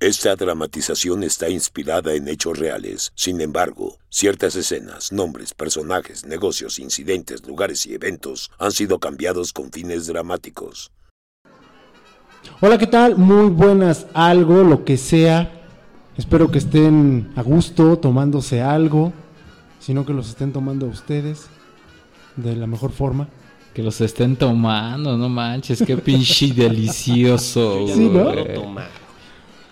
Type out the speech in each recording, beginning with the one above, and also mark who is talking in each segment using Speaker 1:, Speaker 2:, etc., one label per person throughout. Speaker 1: Esta dramatización está inspirada en hechos reales. Sin embargo, ciertas escenas, nombres, personajes, negocios, incidentes, lugares y eventos han sido cambiados con fines dramáticos.
Speaker 2: Hola, ¿qué tal? Muy buenas, algo, lo que sea. Espero que estén a gusto tomándose algo, sino que los estén tomando a ustedes de la mejor forma.
Speaker 3: Que los estén tomando, no manches, qué pinche delicioso.
Speaker 2: Sí, ¿no?
Speaker 3: güey.
Speaker 4: Puedo tomar.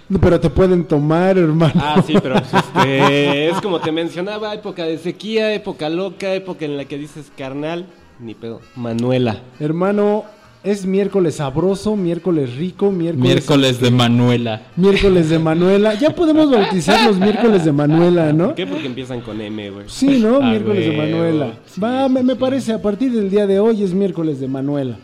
Speaker 2: No, Pero te pueden tomar, hermano.
Speaker 4: Ah, sí, pero pues, este, es como te mencionaba, época de sequía, época loca, época en la que dices carnal, ni pedo. Manuela.
Speaker 2: Hermano, es miércoles sabroso, miércoles rico, miércoles...
Speaker 3: Miércoles de Manuela.
Speaker 2: Miércoles de Manuela. Ya podemos bautizar los miércoles de Manuela, ¿no?
Speaker 4: ¿Por qué? Porque empiezan con M, güey.
Speaker 2: Sí, ¿no?
Speaker 3: A
Speaker 2: miércoles de
Speaker 3: huevo,
Speaker 2: Manuela.
Speaker 3: sí,
Speaker 2: Va,
Speaker 3: sí,
Speaker 2: me, me
Speaker 3: sí.
Speaker 2: parece, a partir del día de hoy es miércoles de Manuela.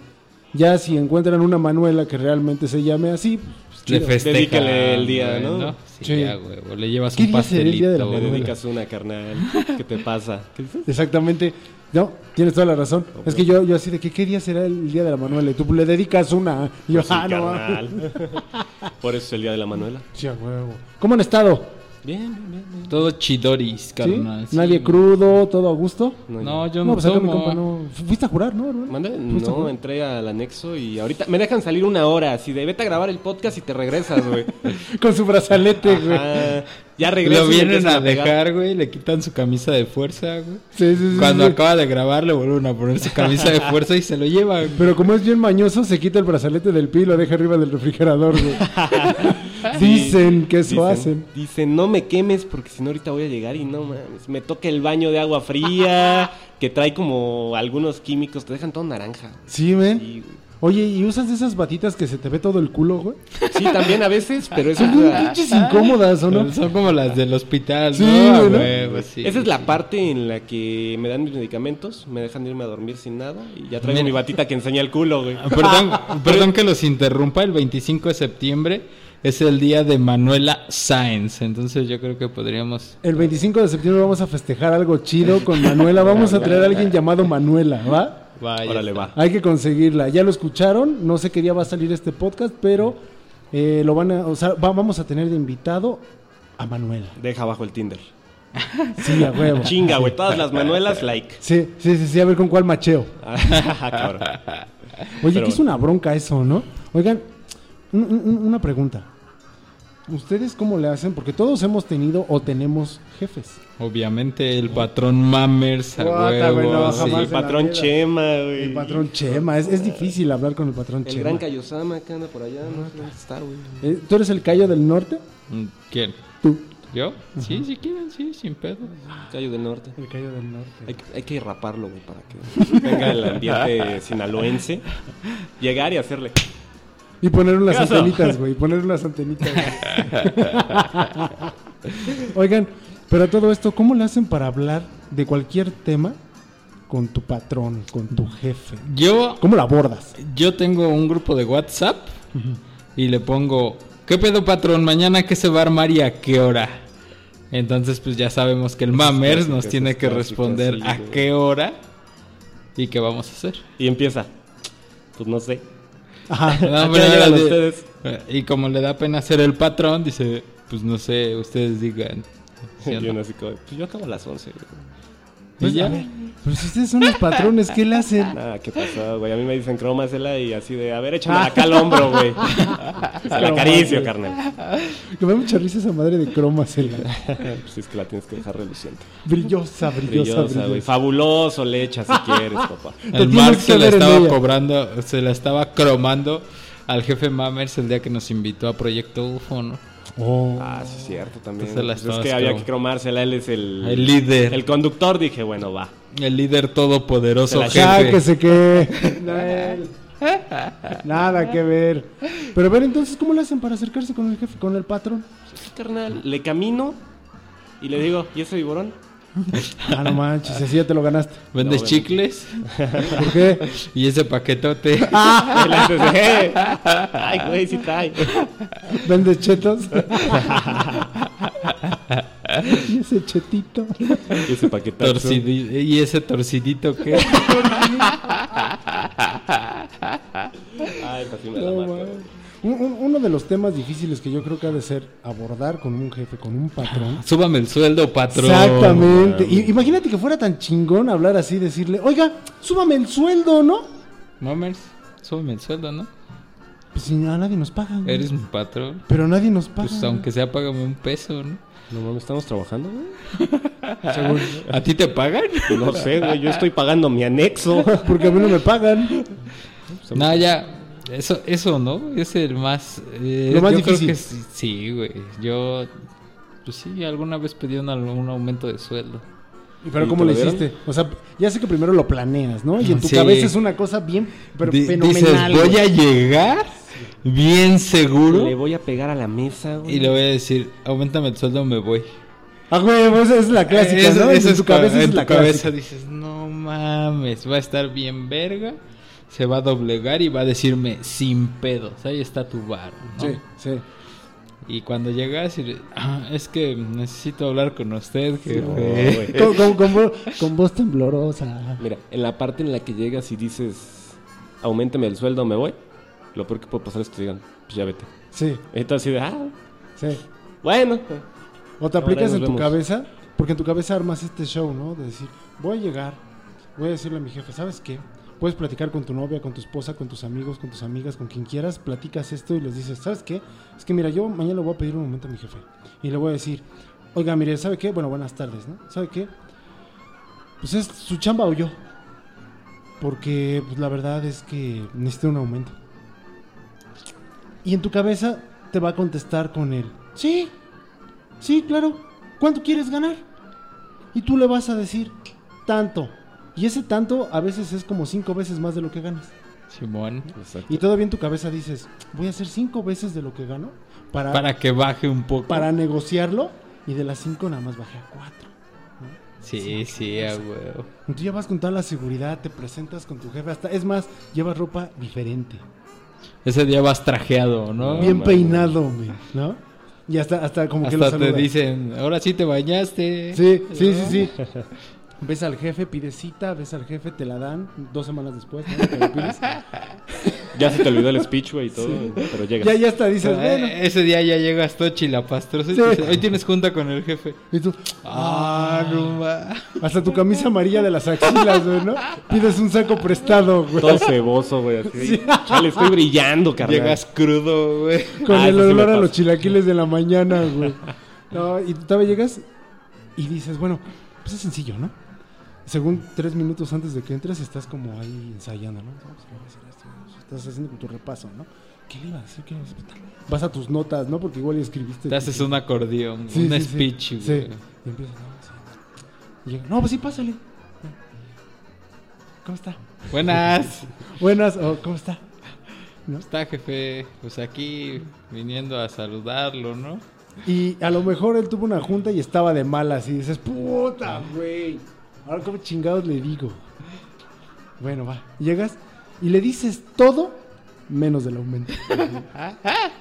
Speaker 2: Ya si encuentran una Manuela que realmente se llame así, pues,
Speaker 3: Le
Speaker 2: chido.
Speaker 3: festeja.
Speaker 4: Dedícale el día,
Speaker 3: güey,
Speaker 4: ¿no?
Speaker 3: Sí,
Speaker 2: Sí.
Speaker 3: ya, güey. Le llevas
Speaker 2: ¿Qué
Speaker 3: un
Speaker 2: día sería el día de la
Speaker 3: pastelito.
Speaker 4: Le
Speaker 2: Manuela?
Speaker 4: dedicas una, carnal. ¿Qué te pasa? ¿Qué dices?
Speaker 2: exactamente. No, tienes toda la razón. Es que yo, yo así de que qué día será el día de la Manuela y tú le dedicas una. Y yo,
Speaker 3: Pues
Speaker 4: Pues Sí,
Speaker 2: ah, no. ah.
Speaker 4: carnal. Por eso es el día de la Manuela.
Speaker 2: Sí, a huevo. ¿Cómo han estado?
Speaker 4: Bien, bien, bien. bien.
Speaker 3: Todo chidoris,
Speaker 2: ¿Sí?
Speaker 3: carnal. sí,
Speaker 2: Nadie
Speaker 3: güey.
Speaker 2: crudo, todo a gusto.
Speaker 3: No, yo
Speaker 2: No,
Speaker 3: no,
Speaker 2: pues acá mi
Speaker 3: tomo.
Speaker 2: compa no. Fuiste a jurar, ¿no, hermano?
Speaker 4: ¿Mande?
Speaker 2: Fuiste a
Speaker 4: No,
Speaker 2: jurar.
Speaker 4: entré al anexo y ahorita me dejan salir una hora. Así de vete a grabar el podcast y te regresas, güey.
Speaker 2: Con su brazalete, güey.
Speaker 4: Ajá. Ya regreso.
Speaker 3: Lo
Speaker 4: y
Speaker 3: vienen
Speaker 4: empiezan
Speaker 3: a
Speaker 4: pegar.
Speaker 3: dejar, güey. Le quitan su camisa de fuerza, güey.
Speaker 2: Sí, sí, sí,
Speaker 3: Cuando
Speaker 2: sí.
Speaker 3: acaba de grabar, le vuelven a poner su camisa de fuerza y se lo lleva, güey.
Speaker 2: Pero como es bien mañoso, se quita el brazalete del pie y lo deja arriba del refrigerador, güey. Dicen que eso
Speaker 4: Dicen,
Speaker 2: hacen.
Speaker 4: Dicen, no me quemes porque si no ahorita voy a llegar y no mames. Me toca el baño de agua fría que trae como algunos químicos. Te dejan todo naranja.
Speaker 2: Sí, ven.
Speaker 4: Sí, güey.
Speaker 2: Oye, ¿y usas esas batitas que se te ve todo el culo, güey?
Speaker 4: Sí, también a veces, pero eso
Speaker 2: Son
Speaker 4: es
Speaker 2: bien
Speaker 4: la,
Speaker 2: pinches incómodas, ¿o no?
Speaker 3: Son como las del hospital,
Speaker 2: Sí,
Speaker 3: ¿no?
Speaker 2: güey, ¿no?
Speaker 3: güey, pues sí,
Speaker 4: esa es la
Speaker 3: sí.
Speaker 4: parte en la que me dan mis medicamentos, me dejan irme a dormir sin nada y ya traigo
Speaker 3: Mira. Ah,
Speaker 4: mi batita que enseña el culo, güey.
Speaker 3: Perdón, perdón que los interrumpa. El 25 de septiembre es el día de Manuela Sáenz. Entonces yo creo que podríamos.
Speaker 2: El 25 de septiembre vamos a festejar algo chido con Manuela. Vamos a traer a alguien llamado Manuela, ¿va?
Speaker 3: Vaya.
Speaker 4: Órale, va.
Speaker 2: Hay que conseguirla. Ya lo escucharon. No sé qué día va a salir este podcast, pero eh, lo van a, o sea, va- vamos a tener de invitado a Manuela.
Speaker 4: Deja abajo el Tinder.
Speaker 2: Sí, a huevo.
Speaker 4: Chinga, güey. Todas las Manuelas, like.
Speaker 2: Sí, sí, sí, sí. A ver con cuál macheo.
Speaker 4: Ah, cabrón.
Speaker 2: Oye,
Speaker 4: Pero
Speaker 2: que es una bronca eso, ¿no? Oigan, un- un- una pregunta. ¿Ustedes cómo le hacen? Porque todos hemos tenido o tenemos jefes.
Speaker 3: Obviamente el patrón Mammers al
Speaker 2: Guata,
Speaker 3: huevo,
Speaker 2: güey, no,
Speaker 3: sí.
Speaker 2: jamás.
Speaker 4: El patrón Chema, güey.
Speaker 2: El patrón Chema, es, es difícil hablar con el patrón
Speaker 4: El
Speaker 2: Chema. Ah,
Speaker 4: gran Kayosama que anda por allá, no sé dónde está, güey.
Speaker 2: Eh, ¿Tú eres el callo del norte?
Speaker 3: Mm, ¿Quién?
Speaker 2: Tú.
Speaker 3: ¿Yo? Sí, si quieren, sí, sin pedo.
Speaker 4: Cayo del Norte.
Speaker 2: El callo del
Speaker 4: Hay,
Speaker 2: norte.
Speaker 4: que- hay que raparlo, güey, para que venga el ambiente sinaloense. Llegar y hacerle.
Speaker 2: Y poner unas
Speaker 4: ¿Qué pasó?
Speaker 2: antenitas, güey. Poner unas antenitas. güey. Oigan, pero a todo esto, ¿cómo le hacen para hablar de cualquier tema con tu patrón, con tu jefe?
Speaker 3: Yo,
Speaker 2: ¿Cómo la abordas?
Speaker 3: yo tengo un grupo de WhatsApp y le pongo, ¿qué pedo patrón? Mañana qué se va a armar y a qué hora. Entonces pues ya sabemos que el Mammers
Speaker 4: clásico,
Speaker 3: nos
Speaker 4: eso
Speaker 3: tiene
Speaker 4: es
Speaker 3: que
Speaker 4: clásico,
Speaker 3: responder
Speaker 4: sí,
Speaker 3: a
Speaker 4: güey.
Speaker 3: qué hora y qué vamos a hacer.
Speaker 4: Y empieza. Pues no sé.
Speaker 2: Ajá.
Speaker 3: No,
Speaker 4: ¿A qué
Speaker 3: hombre,
Speaker 4: hora
Speaker 3: no,
Speaker 4: llegan
Speaker 3: sí.
Speaker 4: ustedes?
Speaker 3: Y como le da pena ser el patrón, dice, pues no sé, ustedes digan. ¿sí o
Speaker 4: Y
Speaker 3: no?
Speaker 4: uno así como, pues yo acabo a las 11, güey.
Speaker 2: Pues,
Speaker 3: Y ya.
Speaker 2: a ver, pero si ustedes son los patrones, ¿qué le hacen?
Speaker 4: Nada, ¿qué pasó, güey? A mí me dicen crómasela y así de, a ver, échame acá al hombro, güey. Se la acaricio, carnal.
Speaker 2: Que me da mucha risa esa madre de cromas. el-
Speaker 4: Pues es que la tienes que dejar reluciente.
Speaker 2: Brillosa, brillosa,
Speaker 4: Brillosa, güey.
Speaker 2: brillosa.
Speaker 4: Fabuloso le echas si quieres, papá.
Speaker 2: Te
Speaker 3: El
Speaker 2: tienes
Speaker 3: Mark
Speaker 2: que
Speaker 3: se la
Speaker 2: ver en
Speaker 3: estaba
Speaker 2: ella.
Speaker 3: cobrando, se la estaba cromando al jefe Mammers el día que nos invitó a Proyecto UFO, ¿no?
Speaker 2: Oh.
Speaker 4: Ah, sí, cierto, también.
Speaker 3: Entonces la
Speaker 4: Pues es
Speaker 3: estabas
Speaker 4: que había
Speaker 3: crom-
Speaker 4: que cromársela, él es el...
Speaker 3: El líder,
Speaker 4: El
Speaker 3: el,
Speaker 4: conductor, dije, bueno, va.
Speaker 3: líder
Speaker 4: Se
Speaker 3: todopoderoso
Speaker 4: la
Speaker 3: jefe.
Speaker 2: Ya que se que. Noel. Nada que ver. Pero a ver, entonces, ¿cómo le hacen para acercarse con el jefe, con el patrón?
Speaker 4: Carnal, le camino y le digo, ¿y ese viborón?
Speaker 2: Ah, no manches, así ya te lo ganaste.
Speaker 3: Vendes
Speaker 4: No,
Speaker 3: chicles
Speaker 2: ¿Por qué?
Speaker 3: y ese paquetote.
Speaker 2: Ah.
Speaker 4: Y le haces, "Eh". Ay, güey, sí trae.
Speaker 2: ¿Vendes chetos? y ese chetito.
Speaker 4: Y ese paquetazo.
Speaker 3: torcidi- y ese torcidito que
Speaker 4: Ay, pues sí me la
Speaker 2: No,
Speaker 4: marca.
Speaker 2: man. Un- un- uno de los temas difíciles que yo creo que ha de ser abordar con un jefe, con un patrón.
Speaker 3: Súbame el sueldo, Ah, patrón.
Speaker 2: Exactamente. Y- imagínate que fuera tan chingón hablar así, decirle, oiga, súbame el sueldo, ¿no?
Speaker 3: Mammers, súbame el sueldo, ¿no?
Speaker 2: Pues si a nadie nos paga. güey.
Speaker 3: Eres mi patrón.
Speaker 2: Pero nadie nos paga.
Speaker 3: Pues aunque sea, págame un peso, ¿no?
Speaker 4: No mames, estamos trabajando, güey.
Speaker 2: Ah.
Speaker 3: ¿A ti te pagan?
Speaker 4: No sé, güey. Yo estoy pagando mi anexo.
Speaker 2: Porque a mí no me pagan.
Speaker 3: No, ya. Eso, eso, ¿no? Es el más. eh,
Speaker 2: Lo más
Speaker 3: yo
Speaker 2: difícil.
Speaker 3: Creo que sí, sí, güey. Yo. Pues sí, alguna vez pedí un, al- un aumento de sueldo.
Speaker 2: Pero
Speaker 4: ¿Y
Speaker 2: ¿cómo
Speaker 4: te
Speaker 2: le
Speaker 4: lo dieron?
Speaker 2: hiciste? O sea, ya sé que primero lo planeas, ¿no? Y en tu
Speaker 3: Sí.
Speaker 2: cabeza es una cosa bien, pero
Speaker 3: Di-
Speaker 2: fenomenal.
Speaker 3: dices, voy
Speaker 2: güey".
Speaker 3: a llegar bien
Speaker 4: Le
Speaker 3: seguro.
Speaker 4: voy a pegar a la mesa, güey.
Speaker 3: Y le voy a decir, aumentame el sueldo, me voy.
Speaker 2: Ah, güey, pues esa es la clásica,
Speaker 3: Eso-
Speaker 2: ¿no?
Speaker 3: eso
Speaker 2: en tu
Speaker 3: es cua-
Speaker 2: cabeza
Speaker 3: en
Speaker 2: es
Speaker 3: tu
Speaker 2: la
Speaker 3: cabeza
Speaker 2: clásica.
Speaker 3: dices, no mames, va a estar bien verga. Se va a doblegar y va a decirme, sin pedos, ahí está tu bar. ¿no?
Speaker 2: Sí, sí.
Speaker 3: Y cuando llegas y le- "Ah, es que necesito hablar con usted,
Speaker 4: No,
Speaker 3: jefe.
Speaker 4: güey.
Speaker 2: Con, con- con vo- con voz temblorosa.
Speaker 4: Mira, en la parte en la que llegas y dices, aumentame el sueldo, me voy. Lo peor que puede pasar es que te digan, pues ya vete.
Speaker 2: Sí,
Speaker 4: Y tú así de, ah,
Speaker 2: sí.
Speaker 4: bueno.
Speaker 2: O te
Speaker 4: Ahora
Speaker 2: aplicas en
Speaker 4: nos
Speaker 2: tu
Speaker 4: vemos.
Speaker 2: cabeza, porque en tu cabeza armas este show, ¿no? De decir, voy a llegar, voy a decirle a mi jefe, ¿sabes qué? Puedes platicar con tu novia, con tu esposa, con tus amigos, con tus amigas, con quien quieras, platicas esto y les dices, ¿sabes qué? Es que mira, yo mañana le voy a pedir un momento a mi jefe y le voy a decir, oiga, mire, ¿sabe qué? Bueno, buenas tardes, ¿no? ¿Sabe qué? Pues es su chamba o yo. Porque pues, la verdad es que necesito un aumento. Y en tu cabeza te va a contestar con él. Sí, Sí, claro. ¿Cuánto quieres ganar? Y tú le vas a decir tanto. Y ese tanto a veces es como cinco veces más de lo que ganas.
Speaker 3: Simón,
Speaker 2: Y todavía en tu cabeza dices, voy a hacer cinco veces de lo que gano para, para...
Speaker 3: para que baje un poco.
Speaker 2: negociarlo. Y de las cinco nada más bajé a cuatro.
Speaker 3: Sí, sí, a huevo.
Speaker 2: Y Tú ya vas con toda la seguridad, te presentas con tu jefe. Hasta, es más, llevas ropa diferente.
Speaker 3: Ese día vas trajeado, ¿no?
Speaker 2: bien
Speaker 4: mames.
Speaker 2: peinado, güey, ¿no? Y hasta, hasta como que lo
Speaker 3: Hasta te
Speaker 2: saludas.
Speaker 3: dicen, ahora sí te bañaste.
Speaker 2: Sí, sí, sí,
Speaker 3: ¿No?
Speaker 2: sí. Ves al jefe, pides cita, ves al jefe, te la dan dos semanas después. ¿no? Te lo pides.
Speaker 4: Ya se te olvidó el speech, güey, y todo. Pero llegas.
Speaker 2: ya, ya hasta dices,
Speaker 3: Eh,
Speaker 2: bueno.
Speaker 3: Ese día ya llegas todo chilapastroso y
Speaker 2: Sí.
Speaker 3: te dicen, hoy tienes junta con el jefe.
Speaker 2: Y tú,
Speaker 3: Ah, no ma-
Speaker 2: hasta tu camisa amarilla de las axilas, güey, ¿no? Pides un saco prestado, güey.
Speaker 4: Todo ceboso, güey. Así. Chale, estoy brillando, carnal.
Speaker 3: Llegas crudo, güey.
Speaker 2: Con
Speaker 4: Ah,
Speaker 2: el
Speaker 4: eso sí
Speaker 2: olor
Speaker 4: me
Speaker 2: a
Speaker 4: pasa.
Speaker 2: los chilaquiles de la mañana, güey. No, y tú todavía llegas y dices, bueno, pues es sencillo, ¿no? Según tres minutos antes de que entres, estás como ahí ensayando, ¿no? No, pues, le voy a decir esto, ¿no? Estás haciendo tu repaso, ¿no? ¿Qué le iba a decir? ¿Qué le iba a decir? Vas a tus notas, ¿no? Porque igual ya escribiste.
Speaker 3: Te haces un acordeón,
Speaker 2: Sí,
Speaker 3: un
Speaker 2: sí, sí.
Speaker 3: speech,
Speaker 2: Sí.
Speaker 3: güey.
Speaker 2: Y empiezas, no, sí. Y llega, no, pues sí, pásale. ¿Cómo está?
Speaker 3: Buenas.
Speaker 2: Buenas, o ¿cómo está?
Speaker 3: ¿Cómo está, jefe? Pues aquí viniendo a saludarlo, ¿no?
Speaker 2: Y a lo mejor él tuvo una junta y estaba de malas y dices, puta, güey. Ahora cómo chingados le digo. Bueno, va. Llegas y le dices todo menos del aumento.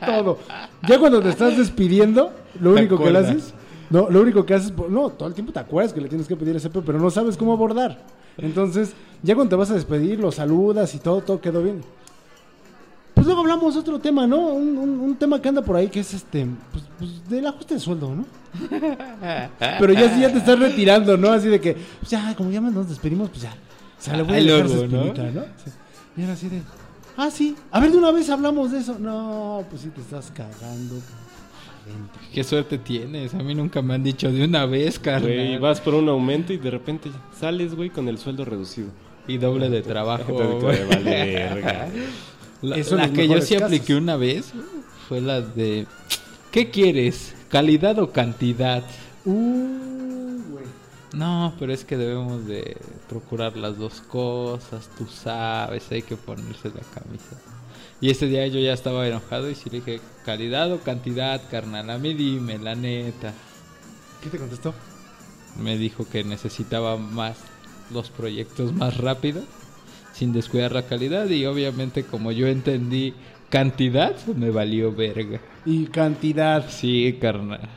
Speaker 2: todo. Ya cuando te estás despidiendo, lo
Speaker 3: Te
Speaker 2: único que le
Speaker 3: acuerdas.
Speaker 2: haces, no, lo único que haces, no, todo el tiempo te acuerdas que le tienes que pedir ese pedo, pero no sabes cómo abordar. Entonces, ya cuando te vas a despedir, lo saludas y todo, todo quedó bien. Pues luego hablamos otro tema, ¿no? Un, un- un tema que anda por ahí que es este, pues, pues, del ajuste de sueldo, ¿no? Pero ya, sí, ya te estás retirando, ¿no? Así de que, pues, ya, como ya nos despedimos, pues ya. O sea, le voy a
Speaker 3: Ahí
Speaker 2: dejar su
Speaker 3: luego, ¿no?
Speaker 2: espinita, ¿no? Sí. Y era así de, ah, sí, a ver, de una vez hablamos de eso. No, pues sí, te estás cagando. adentro.
Speaker 3: Qué suerte tienes. A mí nunca me han dicho de una vez,
Speaker 4: Güey,
Speaker 3: carnal.
Speaker 4: vas por un aumento y de repente sales, güey, con el sueldo reducido.
Speaker 3: Y doble de
Speaker 2: Oh,
Speaker 3: trabajo.
Speaker 4: Entonces, te
Speaker 3: güey.
Speaker 4: vale verga.
Speaker 3: La,
Speaker 2: Eso en
Speaker 3: la
Speaker 2: los
Speaker 3: que yo
Speaker 2: mejores
Speaker 3: sí
Speaker 2: casos.
Speaker 3: apliqué una vez güey, fue la de ¿qué quieres? ¿Calidad o cantidad?
Speaker 2: Uh, güey.
Speaker 3: No, pero es que debemos de procurar las dos cosas, tú sabes, hay que ponerse la camisa. Y ese día yo ya estaba enojado y sí le dije, ¿calidad o cantidad, carnal? A mí dime, la neta.
Speaker 2: ¿Qué te contestó?
Speaker 3: Me dijo que necesitaba más los proyectos más rápido, sin descuidar la calidad y obviamente como yo entendí cantidad, me valió verga.
Speaker 2: Y cantidad.
Speaker 3: Sí, carnal.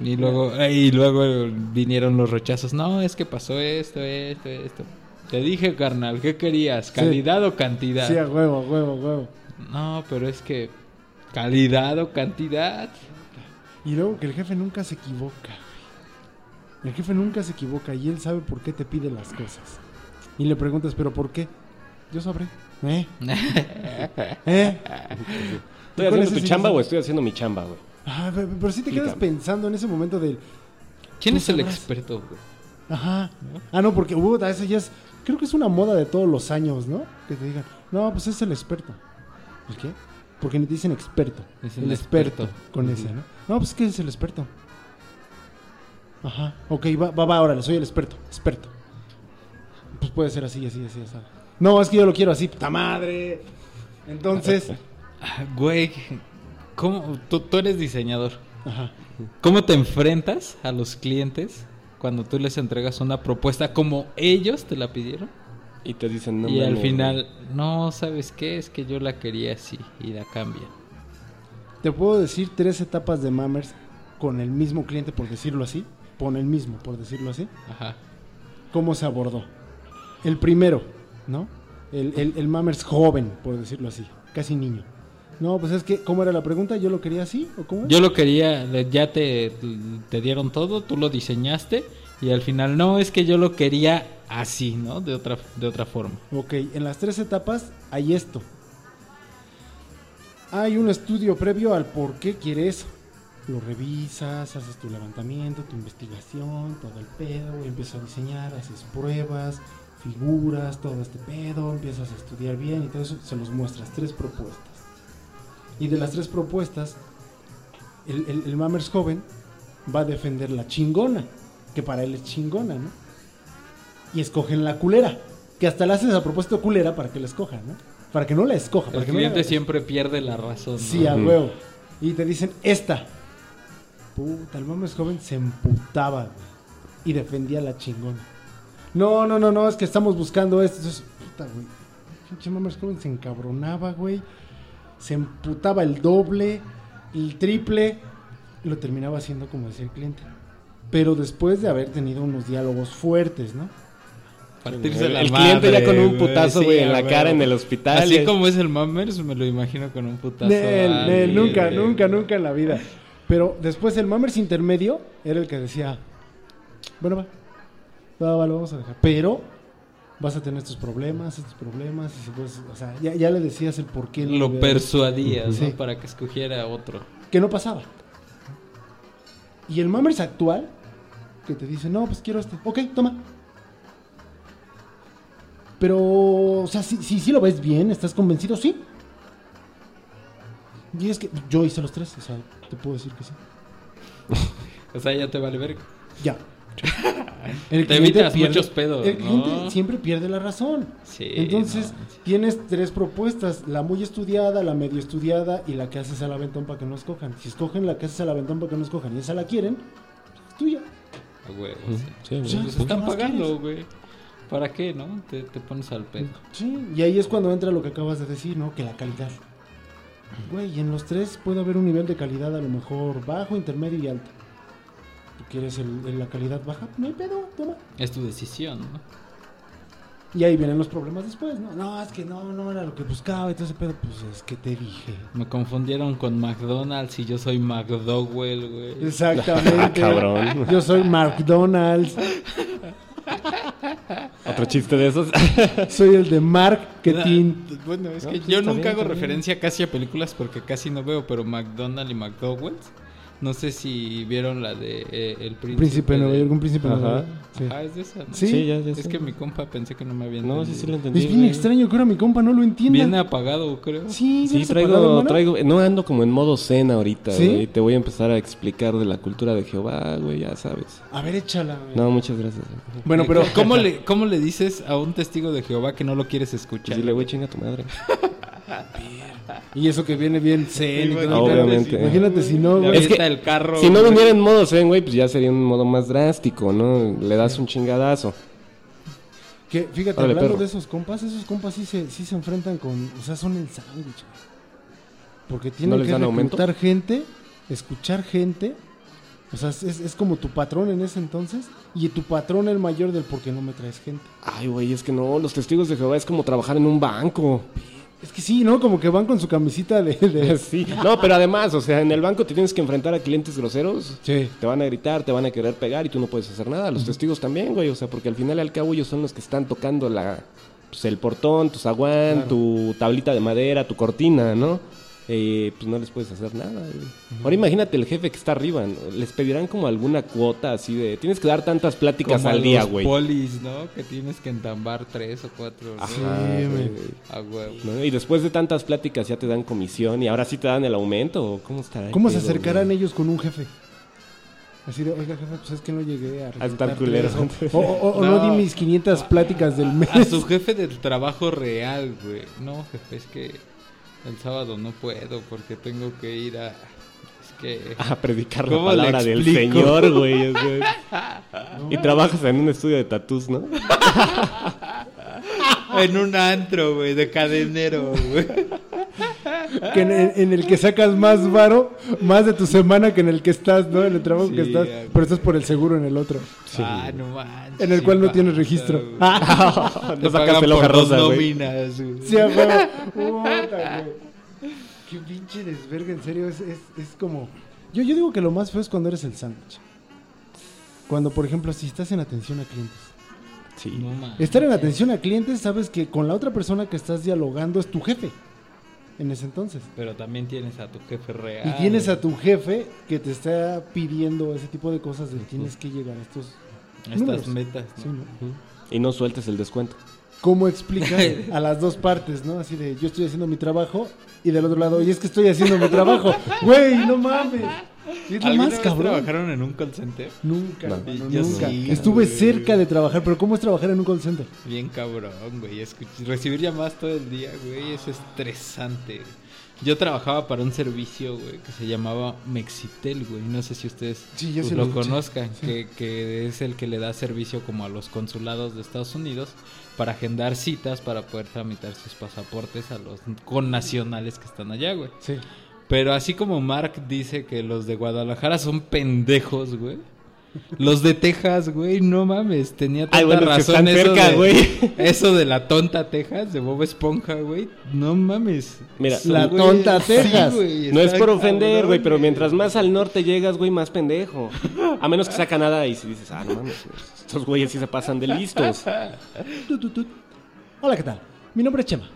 Speaker 3: Y luego, y luego vinieron los rechazos. No, es que pasó esto, esto, esto. Te dije, carnal, ¿qué querías? ¿Calidad o cantidad?
Speaker 2: Sí, a huevo, a huevo, a huevo.
Speaker 3: No, pero es que. ¿Calidad o cantidad?
Speaker 2: Y luego que el jefe nunca se equivoca. El jefe nunca se equivoca y él sabe por qué te pide las cosas. Y le preguntas, ¿pero por qué? Yo sabré. ¿Eh? ¿Eh?
Speaker 4: ¿Estoy
Speaker 2: ¿Cuál
Speaker 4: haciendo
Speaker 2: es
Speaker 4: tu
Speaker 2: ese
Speaker 4: chamba
Speaker 2: diseño?
Speaker 4: o estoy haciendo mi chamba, güey?
Speaker 2: Ah, pero, pero sí te quedas
Speaker 4: Explícame.
Speaker 2: pensando en ese momento del.
Speaker 3: ¿Quién
Speaker 2: Tú
Speaker 3: es el
Speaker 2: sabrás.
Speaker 3: experto, güey?
Speaker 2: Ajá. Ah, no, porque hubo esa ya es. Creo que es una moda de todos los años, ¿no? Que te digan, no, pues es el experto. ¿Por qué? Porque ni te dicen experto.
Speaker 3: Es
Speaker 2: el
Speaker 3: un
Speaker 2: experto.
Speaker 3: experto.
Speaker 2: Con ese, ¿no? No, pues que es el experto. Ajá. Ok, va, va, va, órale, soy el experto. Experto. Pues puede ser así, así, así, así. No, es que yo lo quiero así, puta madre. Entonces.
Speaker 3: Ah, Güey, ¿cómo? Tú, tú eres diseñador.
Speaker 2: Ajá.
Speaker 3: ¿Cómo te enfrentas a los clientes cuando tú les entregas una propuesta como ellos te la pidieron?
Speaker 4: Y te dicen, no
Speaker 3: y al
Speaker 4: mames,
Speaker 3: final, no, ¿sabes qué? Es que yo la quería así y la cambian.
Speaker 2: Te puedo decir tres etapas de Mammers con el mismo cliente, por decirlo así. Con el mismo, por decirlo así.
Speaker 3: Ajá.
Speaker 2: cómo se abordó. El primero, ¿no? El, el, el Mammers joven, por decirlo así, casi niño. No, pues es que, ¿cómo era la pregunta? ¿Yo lo quería así o cómo? es?
Speaker 3: Yo lo quería, de- ya te, te dieron todo, tú lo diseñaste y al final, no, es que yo lo quería así, ¿no? De otra, de otra forma.
Speaker 2: Ok, en las tres etapas hay esto. Hay un estudio previo al por qué quiere eso. Lo revisas, haces tu levantamiento, tu investigación, todo el pedo, empiezas a diseñar, haces pruebas, figuras, todo este pedo, empiezas a estudiar bien y todo eso, se los muestras, tres propuestas. Y de las tres propuestas, el, el, el Mammers joven va a defender la chingona, que para él es chingona, ¿no? y escogen la culera. Que hasta le haces a propósito culera para que la escoja, ¿no? Para que no la
Speaker 4: Ah,
Speaker 2: escoja. Para
Speaker 3: El
Speaker 2: que no la-
Speaker 3: cliente siempre pierde la razón. ¿no?
Speaker 2: Sí, a
Speaker 4: Ujú.
Speaker 2: huevo. Y te dicen, esta. Puta, el mames joven se emputaba, güey, Y defendía a la chingona. No, no, no, no, es que estamos buscando esto. Entonces, puta, güey. Pinche mames joven se encabronaba, güey. Se emputaba el doble, el triple. Lo terminaba haciendo como decía el cliente. Pero después de haber tenido unos diálogos fuertes, ¿no?
Speaker 3: Partirse pues,
Speaker 4: El,
Speaker 3: la
Speaker 4: el cliente ya
Speaker 3: madre,
Speaker 4: con un putazo,
Speaker 3: sí,
Speaker 4: güey,
Speaker 3: a
Speaker 4: en la
Speaker 3: huevo.
Speaker 4: cara en el hospital.
Speaker 3: Así
Speaker 4: y-
Speaker 3: como es el Mammers, me lo imagino con un putazo.
Speaker 2: Nel,
Speaker 3: a
Speaker 2: nel,
Speaker 3: alguien,
Speaker 2: nunca,
Speaker 3: güey.
Speaker 2: nunca, nunca en la vida. Pero después el Mammers intermedio era el que decía, bueno, va, va, va, lo vamos a dejar. Pero vas a tener estos problemas, estos problemas, y si puedes- o sea, ya, ya le decías el por qué. no
Speaker 3: Lo
Speaker 2: había-
Speaker 3: persuadías, ¿no?
Speaker 2: Sí.
Speaker 3: Para que escogiera otro.
Speaker 2: Que no pasaba. Y el Mammers actual, que te dice, no, pues quiero este. Ok, toma. Pero, o sea, si, si, si lo ves bien, ¿estás convencido? Sí. Y es que yo hice los tres, o sea, te puedo decir que sí.
Speaker 3: O sea, ya te vale ver.
Speaker 2: Ya. El
Speaker 3: Te
Speaker 2: cliente
Speaker 3: evitas muchos pedos,
Speaker 2: El
Speaker 3: ¿no?
Speaker 2: cliente siempre pierde la razón.
Speaker 3: Sí.
Speaker 2: Entonces,
Speaker 3: no.
Speaker 2: tienes tres propuestas: la muy estudiada, la medio estudiada y la que haces al aventón para que no escojan. Si escogen la que haces al aventón para que no escojan y esa la quieren, es tuya.
Speaker 3: A huevo,
Speaker 4: Ujú,
Speaker 3: sí.
Speaker 4: sí, güey.
Speaker 2: Ya,
Speaker 3: Pues
Speaker 2: ¿qué
Speaker 3: están
Speaker 2: más
Speaker 3: pagando,
Speaker 2: quieres?
Speaker 3: güey. ¿Para qué, no? Te, te pones al pedo.
Speaker 2: Sí, y ahí es cuando entra lo que acabas de decir, ¿no? Que la calidad. Güey, en los tres puede haber un nivel de calidad a lo mejor bajo, intermedio y alto. ¿Tú quieres el- el- la calidad baja? No hay pedo, toma.
Speaker 3: Es tu decisión, ¿no?
Speaker 2: Y ahí vienen los problemas después, ¿no? No, es que no, no era lo que buscaba, entonces, pero pues es que te dije.
Speaker 3: Me confundieron con McDonald's y yo soy McDowell, güey.
Speaker 4: Ah,
Speaker 2: Exactamente.
Speaker 4: cabrón.
Speaker 2: Yo soy McDonald's,
Speaker 4: Otro chiste de esos.
Speaker 2: soy el de marketing.
Speaker 3: Ah, Bueno, es
Speaker 4: No,
Speaker 3: que
Speaker 4: pues
Speaker 3: yo
Speaker 4: está
Speaker 3: nunca
Speaker 4: bien,
Speaker 3: hago
Speaker 4: está bien.
Speaker 3: referencia casi a películas porque casi no veo, pero McDonald's y McDowell's. No sé si vieron la de eh, El Príncipe.
Speaker 2: Príncipe de Nueva York, un príncipe de
Speaker 4: Ah, Ajá.
Speaker 2: Nueva York. Sí.
Speaker 3: Ah, es de esa. ¿no?
Speaker 2: Sí,
Speaker 4: ya, ya
Speaker 3: Es
Speaker 4: sé.
Speaker 3: que mi compa pensé que no me había
Speaker 4: No, sí,
Speaker 3: entendido.
Speaker 4: sí lo entendí.
Speaker 2: Es bien
Speaker 4: güey.
Speaker 2: extraño que ahora mi compa no lo entienda.
Speaker 3: Bien apagado, creo.
Speaker 2: Sí,
Speaker 4: Sí,
Speaker 2: bien separado,
Speaker 4: traigo,
Speaker 2: ¿no?
Speaker 4: traigo, no ando como en modo zen ahorita,
Speaker 2: ¿Sí?
Speaker 4: güey. Te voy a empezar a explicar de la cultura de Jehová, güey, ya sabes.
Speaker 2: A ver, échala. güey.
Speaker 4: No, muchas gracias. güey.
Speaker 2: Bueno, pero
Speaker 3: ¿Cómo le, ¿Cómo le dices a un testigo de Jehová que no lo quieres escuchar?
Speaker 4: Pues Dile, güey, chinga tu madre.
Speaker 2: Y eso que viene bien zen. y todo.
Speaker 4: Ah, obviamente.
Speaker 2: Imagínate si no,
Speaker 3: Le
Speaker 2: güey.
Speaker 4: Es que
Speaker 3: avienta el carro.
Speaker 4: Si no
Speaker 3: güey.
Speaker 4: viniera en modo zen, güey, pues ya sería un modo más drástico, ¿no? Le das un chingadazo.
Speaker 2: Que, fíjate,
Speaker 4: Órale,
Speaker 2: hablando
Speaker 4: perro.
Speaker 2: de esos compas, esos compas sí se, sí se enfrentan con. O sea, son el sándwich, güey. Porque tienen
Speaker 4: les
Speaker 2: que
Speaker 4: dan aumento?
Speaker 2: reclutar gente, escuchar gente, O sea, es, es como tu patrón en ese entonces y tu patrón el mayor del por qué no me traes gente.
Speaker 4: Ay, güey, es que no, los testigos de Jehová es como trabajar en un banco.
Speaker 2: Es que sí, ¿no? Como que van con su camisita de... de-
Speaker 4: Sí. No, pero además, o sea, en el banco te tienes que enfrentar a clientes groseros.
Speaker 2: Sí.
Speaker 4: Te van a gritar, te van a querer pegar y tú no puedes hacer nada. Los testigos también, güey. O sea, porque al final y al cabo ellos son los que están tocando la, pues, el portón, tu zaguán,
Speaker 2: Claro.
Speaker 4: tu tablita de madera, tu cortina, ¿no? Eh, pues no les puedes hacer nada. güey. Ahora imagínate el jefe que está arriba. ¿no? Les pedirán como alguna cuota así de... Tienes que dar tantas pláticas
Speaker 3: Como
Speaker 4: al día,
Speaker 3: los
Speaker 4: güey.
Speaker 3: polis, ¿no? Que tienes que entambar tres o cuatro. ¿no?
Speaker 4: Ajá,
Speaker 2: Sí,
Speaker 4: Ah,
Speaker 2: güey.
Speaker 4: güey.
Speaker 3: A huevo.
Speaker 4: ¿No? Y después de tantas pláticas ya te dan comisión y ahora sí te dan el aumento. ¿o ¿Cómo estará? el
Speaker 2: ¿Cómo se
Speaker 4: pedo,
Speaker 2: acercarán
Speaker 4: güey?
Speaker 2: ellos con un jefe? Así de, oiga jefe, pues es que no llegué a...
Speaker 4: estar
Speaker 2: reclutarte
Speaker 4: culero.
Speaker 2: eso. O, o- o no.
Speaker 3: No.
Speaker 2: di mis 500 pláticas del mes.
Speaker 3: A su jefe del trabajo real, güey. No, jefe, es que el sábado no puedo porque tengo que ir a... Es que...
Speaker 4: A predicar la
Speaker 3: ¿Cómo le
Speaker 4: palabra del
Speaker 3: explico?
Speaker 4: Señor, güey. o sea. Y trabajas en un estudio de tatús, ¿no?
Speaker 3: En un antro, güey, de cadenero, güey.
Speaker 2: que en, el- en el que sacas más varo, más de tu semana que en el que estás, ¿no? En el trabajo
Speaker 3: Sí,
Speaker 2: que estás.
Speaker 3: ya, güey.
Speaker 2: Pero estás por el seguro en el otro.
Speaker 3: Ah, no manches.
Speaker 2: En el cual no tienes registro.
Speaker 4: Ah, no
Speaker 3: No
Speaker 4: sacaste
Speaker 3: sacaste
Speaker 4: la hoja
Speaker 3: por dos
Speaker 4: rosa, güey.
Speaker 3: nóminas, güey.
Speaker 2: Sí, a huevo. Puta, güey. Qué pinche desverga, en serio. Es, es- es como. Yo, yo digo que lo más feo es cuando eres el sándwich. Cuando, por ejemplo, si estás en atención a clientes.
Speaker 4: Sí.
Speaker 3: No manches.
Speaker 2: Estar en atención a clientes, sabes que con la otra persona que estás dialogando es tu jefe. En ese entonces.
Speaker 3: Pero también tienes a tu jefe real.
Speaker 2: Y tienes
Speaker 3: güey.
Speaker 2: a tu jefe que te está pidiendo ese tipo de cosas de tienes que llegar a estos.
Speaker 3: Estas
Speaker 2: números.
Speaker 3: metas.
Speaker 2: Sí, ¿no?
Speaker 4: Y no sueltes el descuento.
Speaker 2: ¿Cómo explicas a las dos partes, no? Así de yo estoy haciendo mi trabajo y del otro lado, y es que estoy haciendo mi trabajo. Güey, no mames. Es lo
Speaker 3: ¿Alguna
Speaker 2: más
Speaker 3: vez
Speaker 2: cabrón.
Speaker 3: trabajaron en un call center?
Speaker 2: Nunca,
Speaker 4: No.
Speaker 2: hermano,
Speaker 3: Yo
Speaker 2: nunca.
Speaker 3: sí,
Speaker 2: Estuve
Speaker 3: güey.
Speaker 2: cerca de trabajar, pero ¿cómo es trabajar en un call center?
Speaker 3: Bien cabrón, güey. Escuch- Recibir llamadas todo el día, güey, es estresante. Yo trabajaba para un servicio, güey, que se llamaba Mexitel, güey. No sé si ustedes
Speaker 2: Sí, yo
Speaker 3: pues,
Speaker 2: sí lo
Speaker 3: lo
Speaker 2: escuché.
Speaker 3: conozcan,
Speaker 2: Sí.
Speaker 3: que, que es el que le da servicio como a los consulados de Estados Unidos para agendar citas para poder tramitar sus pasaportes a los connacionales que están allá, güey.
Speaker 2: Sí.
Speaker 3: Pero así como Mark dice que los de Guadalajara son pendejos, güey. Los de Texas, güey, no mames, tenía tanta
Speaker 4: Ay, bueno, es que
Speaker 3: razón
Speaker 4: están
Speaker 3: eso,
Speaker 4: cerca,
Speaker 3: de,
Speaker 4: güey.
Speaker 3: eso de la tonta Texas, de Bob Esponja, güey, no mames.
Speaker 4: Mira,
Speaker 2: La
Speaker 3: Güey,
Speaker 2: tonta
Speaker 3: sí,
Speaker 2: Texas.
Speaker 3: güey,
Speaker 4: No es
Speaker 3: está
Speaker 4: por ofender,
Speaker 3: cabrón,
Speaker 4: güey, pero mientras más al norte llegas, güey, más pendejo. A menos que sea Canadá y si dices, ah, no mames, güey, estos güeyes sí se pasan de listos.
Speaker 2: Tut, tut, tut. Hola, ¿qué tal? Mi nombre es Chema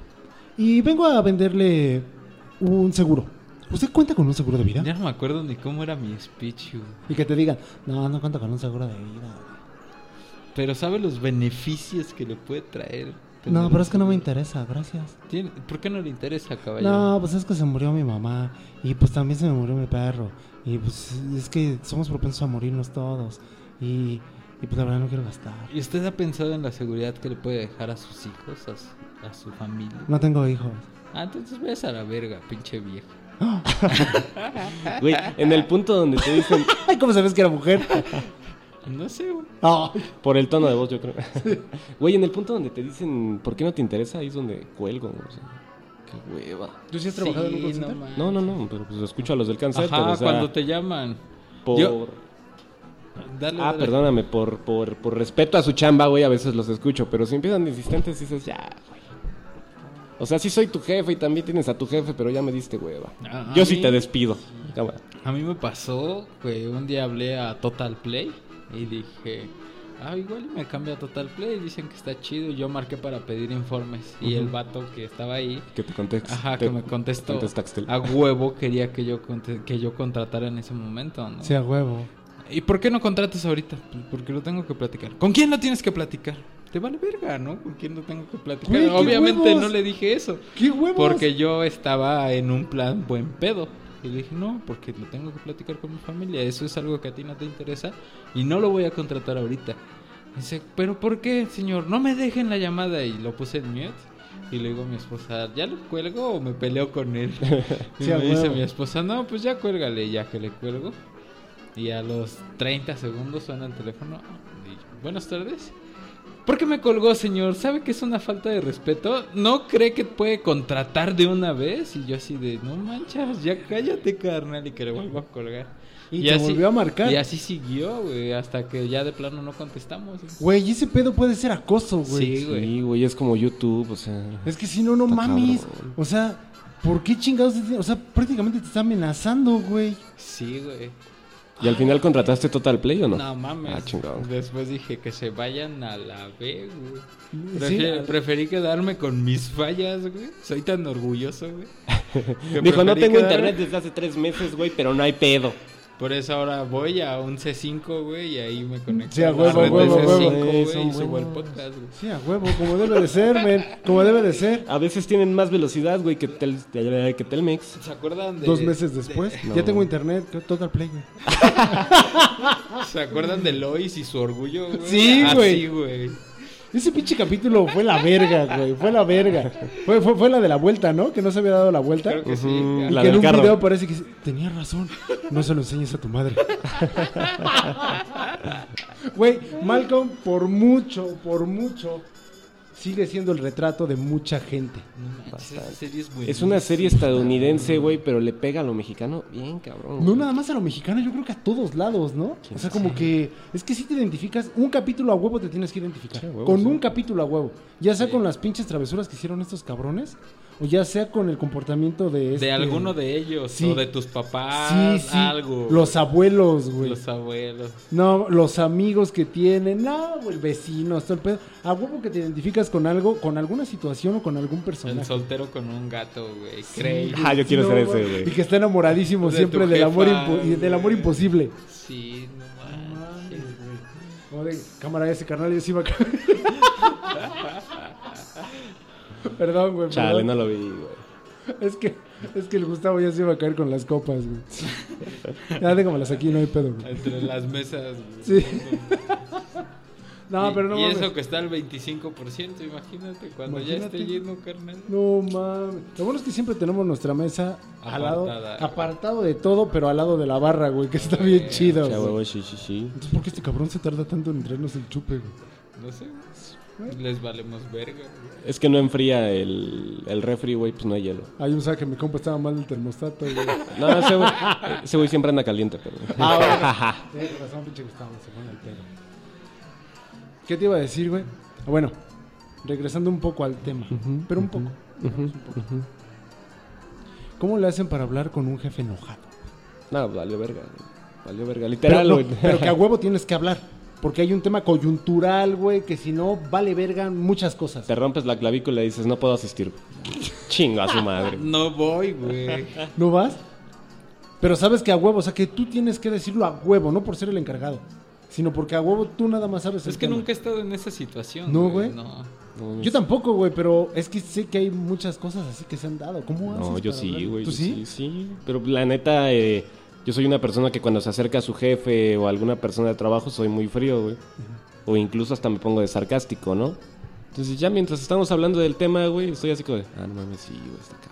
Speaker 2: y vengo a venderle un seguro. ¿Usted cuenta con un seguro de vida?
Speaker 3: Ya no me acuerdo ni cómo era mi speech, güey.
Speaker 2: Y que te digan, no, no cuento con un seguro de vida.
Speaker 3: Pero sabe los beneficios que le puede traer. tener
Speaker 2: No, pero es que no me
Speaker 3: un-
Speaker 2: interesa, gracias.
Speaker 3: Tiene- ¿Por qué no le interesa, caballero?
Speaker 2: No, pues es que se murió mi mamá y pues también se me murió mi perro. Y pues es que somos propensos a morirnos todos. Y, y pues la verdad no quiero gastar.
Speaker 3: ¿Y usted ha pensado en la seguridad que le puede dejar a sus hijos, a su, a su familia?
Speaker 2: No tengo hijos.
Speaker 3: Ah, entonces ves a la verga, pinche vieja.
Speaker 4: Güey, en el punto donde te dicen,
Speaker 2: Ay, ¿cómo sabes que era mujer?
Speaker 3: No sé, güey.
Speaker 2: Ay,
Speaker 4: por el tono de voz, yo creo. Güey, en el punto donde te dicen, ¿por qué no te interesa? Ahí es donde cuelgo, o sea, qué hueva.
Speaker 2: ¿Tú sí has
Speaker 4: No, no, no, pero pues escucho a los del cáncer.
Speaker 3: Ajá,
Speaker 4: pero, o sea,
Speaker 3: cuando te llaman.
Speaker 4: por...
Speaker 3: Yo- Dale,
Speaker 4: Ah,
Speaker 3: dale.
Speaker 4: perdóname, por, por, por respeto a su chamba, güey, a veces los escucho, pero si empiezan de insistentes dices, ya, güey. O sea, sí soy tu jefe y también tienes a tu jefe, pero ya me diste hueva.
Speaker 3: Ah, A- a
Speaker 4: Yo sí
Speaker 3: mí-
Speaker 4: te despido. Cámara.
Speaker 3: A mí me pasó que un día hablé a Total Play y dije, ah, igual y me cambio a Total Play. Dicen que está chido. Yo marqué para pedir informes y el vato que estaba ahí
Speaker 4: Que te contestes.
Speaker 3: Ajá,
Speaker 4: Te-
Speaker 3: que me contestó. Ah,
Speaker 4: contesta Axtel.
Speaker 3: A huevo quería que yo conte- que yo contratara en ese momento, ¿no?
Speaker 2: Sí, a huevo.
Speaker 3: ¿Y por qué no contratas ahorita? Pues porque lo tengo que platicar. ¿Con quién lo tienes que platicar? Te vale verga, ¿no? ¿Con quién lo tengo que platicar?
Speaker 2: Güey, qué
Speaker 3: Obviamente
Speaker 2: huevos.
Speaker 3: no le dije eso.
Speaker 2: ¡Qué huevos!
Speaker 3: Porque yo estaba en un plan buen pedo. Y le dije, no, porque lo tengo que platicar con mi familia. Eso es algo que a ti no te interesa. Y no lo voy a contratar ahorita. Dice, pero ¿por qué, señor? No me dejen la llamada. Y lo puse en mute. Y le digo a mi esposa, ¿ya lo cuelgo o me peleo con él? y
Speaker 2: Sí, a
Speaker 3: me dice
Speaker 2: huevo.
Speaker 3: mi esposa, no, pues ya cuélgale, ya que le cuelgo. Y a los 30 segundos suena el teléfono. y, Buenas tardes. ¿Por qué me colgó, señor? ¿Sabe que es una falta de respeto? ¿No cree que puede contratar de una vez? Y yo así de, no manchas, ya cállate, carnal, y que le vuelvo a colgar.
Speaker 2: Y te volvió a marcar.
Speaker 3: Y así siguió, güey, hasta que ya de plano no contestamos. güey.
Speaker 2: Güey, ese pedo puede ser acoso, güey.
Speaker 3: Sí, güey.
Speaker 4: Sí, güey, es como YouTube, o sea.
Speaker 2: Es que si no, no
Speaker 4: Está
Speaker 2: mames.
Speaker 4: cabrón.
Speaker 2: O sea, ¿por qué chingados? te- O sea, prácticamente te está amenazando, güey.
Speaker 3: Sí, güey.
Speaker 4: ¿Y al final contrataste Total Play o no?
Speaker 3: No, mames.
Speaker 4: Ah, chingado.
Speaker 3: Después dije que se vayan a la B, güey.
Speaker 2: Sí,
Speaker 3: Prefiero-
Speaker 2: a-
Speaker 3: Preferí quedarme con mis fallas, güey. Soy tan orgulloso, güey. que
Speaker 4: Dijo, no
Speaker 3: preferí
Speaker 4: tengo
Speaker 3: quedarme-
Speaker 4: internet desde hace tres meses, güey, pero no hay pedo.
Speaker 3: Por eso ahora voy a un C5, güey, y ahí me conecto.
Speaker 2: Sí, a
Speaker 3: la
Speaker 2: huevo,
Speaker 3: red de
Speaker 2: huevo,
Speaker 3: C5,
Speaker 2: huevo.
Speaker 3: güey,
Speaker 4: Eh, son
Speaker 3: y subo el
Speaker 4: buenos.
Speaker 3: podcast, güey.
Speaker 2: Sí, a huevo, como debe de ser, men. Como debe de ser.
Speaker 4: A veces tienen más velocidad, güey, que, tel, que Telmex.
Speaker 3: ¿Se acuerdan de
Speaker 2: Dos meses después.
Speaker 4: de-
Speaker 2: Ya
Speaker 4: No.
Speaker 2: tengo internet. que- Total play, güey.
Speaker 3: ¿Se acuerdan de Lois y su orgullo, güey?
Speaker 2: Sí, güey.
Speaker 3: Así, güey.
Speaker 2: Ese pinche capítulo fue la verga, güey. Fue la verga. Fue, fue, fue la de la vuelta, ¿no? Que no se había dado la vuelta.
Speaker 3: Creo que sí. Ah,
Speaker 4: Ujú.
Speaker 3: ya.
Speaker 2: Y
Speaker 4: La
Speaker 2: que en
Speaker 4: del
Speaker 2: un
Speaker 4: carro.
Speaker 2: video parece que dice, tenía razón, no se lo enseñes a tu madre. Güey, Malcolm por mucho, por mucho, sigue siendo el retrato de mucha gente.
Speaker 3: No manches, esa serie es
Speaker 4: Es una serie
Speaker 3: buenísima.
Speaker 4: estadounidense, güey, pero le pega a lo mexicano bien, cabrón.
Speaker 2: No
Speaker 4: güey.
Speaker 2: nada más a lo mexicano, yo creo que a todos lados, ¿no?
Speaker 4: ¿Quién
Speaker 2: O sea, como que es que si te identificas, un capítulo a huevo te tienes que identificar.
Speaker 4: Sí, a huevo,
Speaker 2: con
Speaker 4: sí.
Speaker 2: un capítulo a huevo. Ya sea
Speaker 3: Sí.
Speaker 2: con las pinches travesuras que hicieron estos cabrones, o ya sea con el comportamiento de...
Speaker 3: De
Speaker 2: este-
Speaker 3: alguno de ellos,
Speaker 2: Sí.
Speaker 3: o de tus
Speaker 2: Sí,
Speaker 4: ah,
Speaker 3: papás,
Speaker 2: sí.
Speaker 3: algo.
Speaker 2: Los abuelos, güey.
Speaker 3: Los abuelos.
Speaker 2: No, los amigos que tienen, no, güey, vecinos, todo el pedo. A huevo que te identificas con algo, con alguna situación o con algún
Speaker 3: El
Speaker 2: personaje.
Speaker 3: soltero con un gato, güey. Craig.
Speaker 4: Ah, yo quiero ser ese,
Speaker 2: güey.
Speaker 4: güey.
Speaker 2: Y que está enamoradísimo
Speaker 3: De
Speaker 2: siempre
Speaker 3: tu
Speaker 2: del amor,
Speaker 3: jefa,
Speaker 2: impo- y del amor
Speaker 3: güey.
Speaker 2: imposible.
Speaker 3: Sí, no manches.
Speaker 2: Como de, cámara ese carnal, yo sí iba a caer. Perdón, güey.
Speaker 4: Chale,
Speaker 2: perdón.
Speaker 4: no lo vi, güey.
Speaker 2: Es que es que el Gustavo ya se iba a caer con las copas, güey. ya déjamelas aquí, no hay pedo, güey.
Speaker 3: Entre las mesas, güey.
Speaker 2: Sí. No,
Speaker 3: y,
Speaker 2: pero no
Speaker 3: y
Speaker 2: mames.
Speaker 3: eso que está al 25%, imagínate, cuando ya
Speaker 2: Imagínate.
Speaker 3: esté lleno, carnal.
Speaker 2: No mames. Lo bueno es que siempre tenemos nuestra mesa al lado,
Speaker 3: Apartada.
Speaker 2: apartado de todo, pero al lado de la barra, güey, que está bien chido.
Speaker 4: Ya,
Speaker 2: güey.
Speaker 4: huevo, sí, sí, sí.
Speaker 2: Entonces, ¿por qué este cabrón se tarda tanto en traernos el chupe, güey?
Speaker 3: No sé, güey. les valemos verga. güey.
Speaker 4: Es que no enfría el, el refri, güey, pues no hay hielo.
Speaker 2: Hay un saque, mi compa estaba mal del termostato, güey.
Speaker 4: No, ese güey, ese güey siempre anda caliente, pero.
Speaker 2: Ah, Tienes razón, pinche Gustavo, se pone el pelo. ¿Qué te iba a decir, güey? Ah, Bueno, regresando un poco al tema, pero un poco. digamos un poco. ¿Cómo le hacen para hablar con un jefe enojado?
Speaker 4: No, valió verga. güey. Valió verga.
Speaker 2: Pero,
Speaker 4: Literal,
Speaker 2: no,
Speaker 4: güey.
Speaker 2: pero que a huevo tienes que hablar. Porque hay un tema coyuntural, güey, que si no, vale verga muchas cosas.
Speaker 4: Te rompes la clavícula y dices, no puedo asistir. Chingo a su madre.
Speaker 3: No voy, güey.
Speaker 2: ¿No vas? Pero sabes que a huevo, o sea, que tú tienes que decirlo a huevo, no por ser el encargado, sino porque a huevo tú nada más sabes el
Speaker 3: es que
Speaker 2: tema.
Speaker 3: nunca he estado en esa situación.
Speaker 2: No, güey.
Speaker 3: No.
Speaker 4: No,
Speaker 2: Yo tampoco, güey, pero es que sé que hay muchas cosas así que se han dado. ¿Cómo haces?
Speaker 4: No, yo
Speaker 2: para
Speaker 4: sí,
Speaker 2: hablar?
Speaker 4: güey.
Speaker 2: ¿Tú
Speaker 4: yo
Speaker 2: sí?
Speaker 4: Sí, sí. Pero la neta, eh, yo soy una persona que cuando se acerca a su jefe o alguna persona de trabajo soy muy frío, güey. O incluso hasta me pongo de sarcástico, ¿no? Entonces ya mientras estamos hablando del tema, güey, estoy así como de, ah, no mames, sí, güey, está cabrón.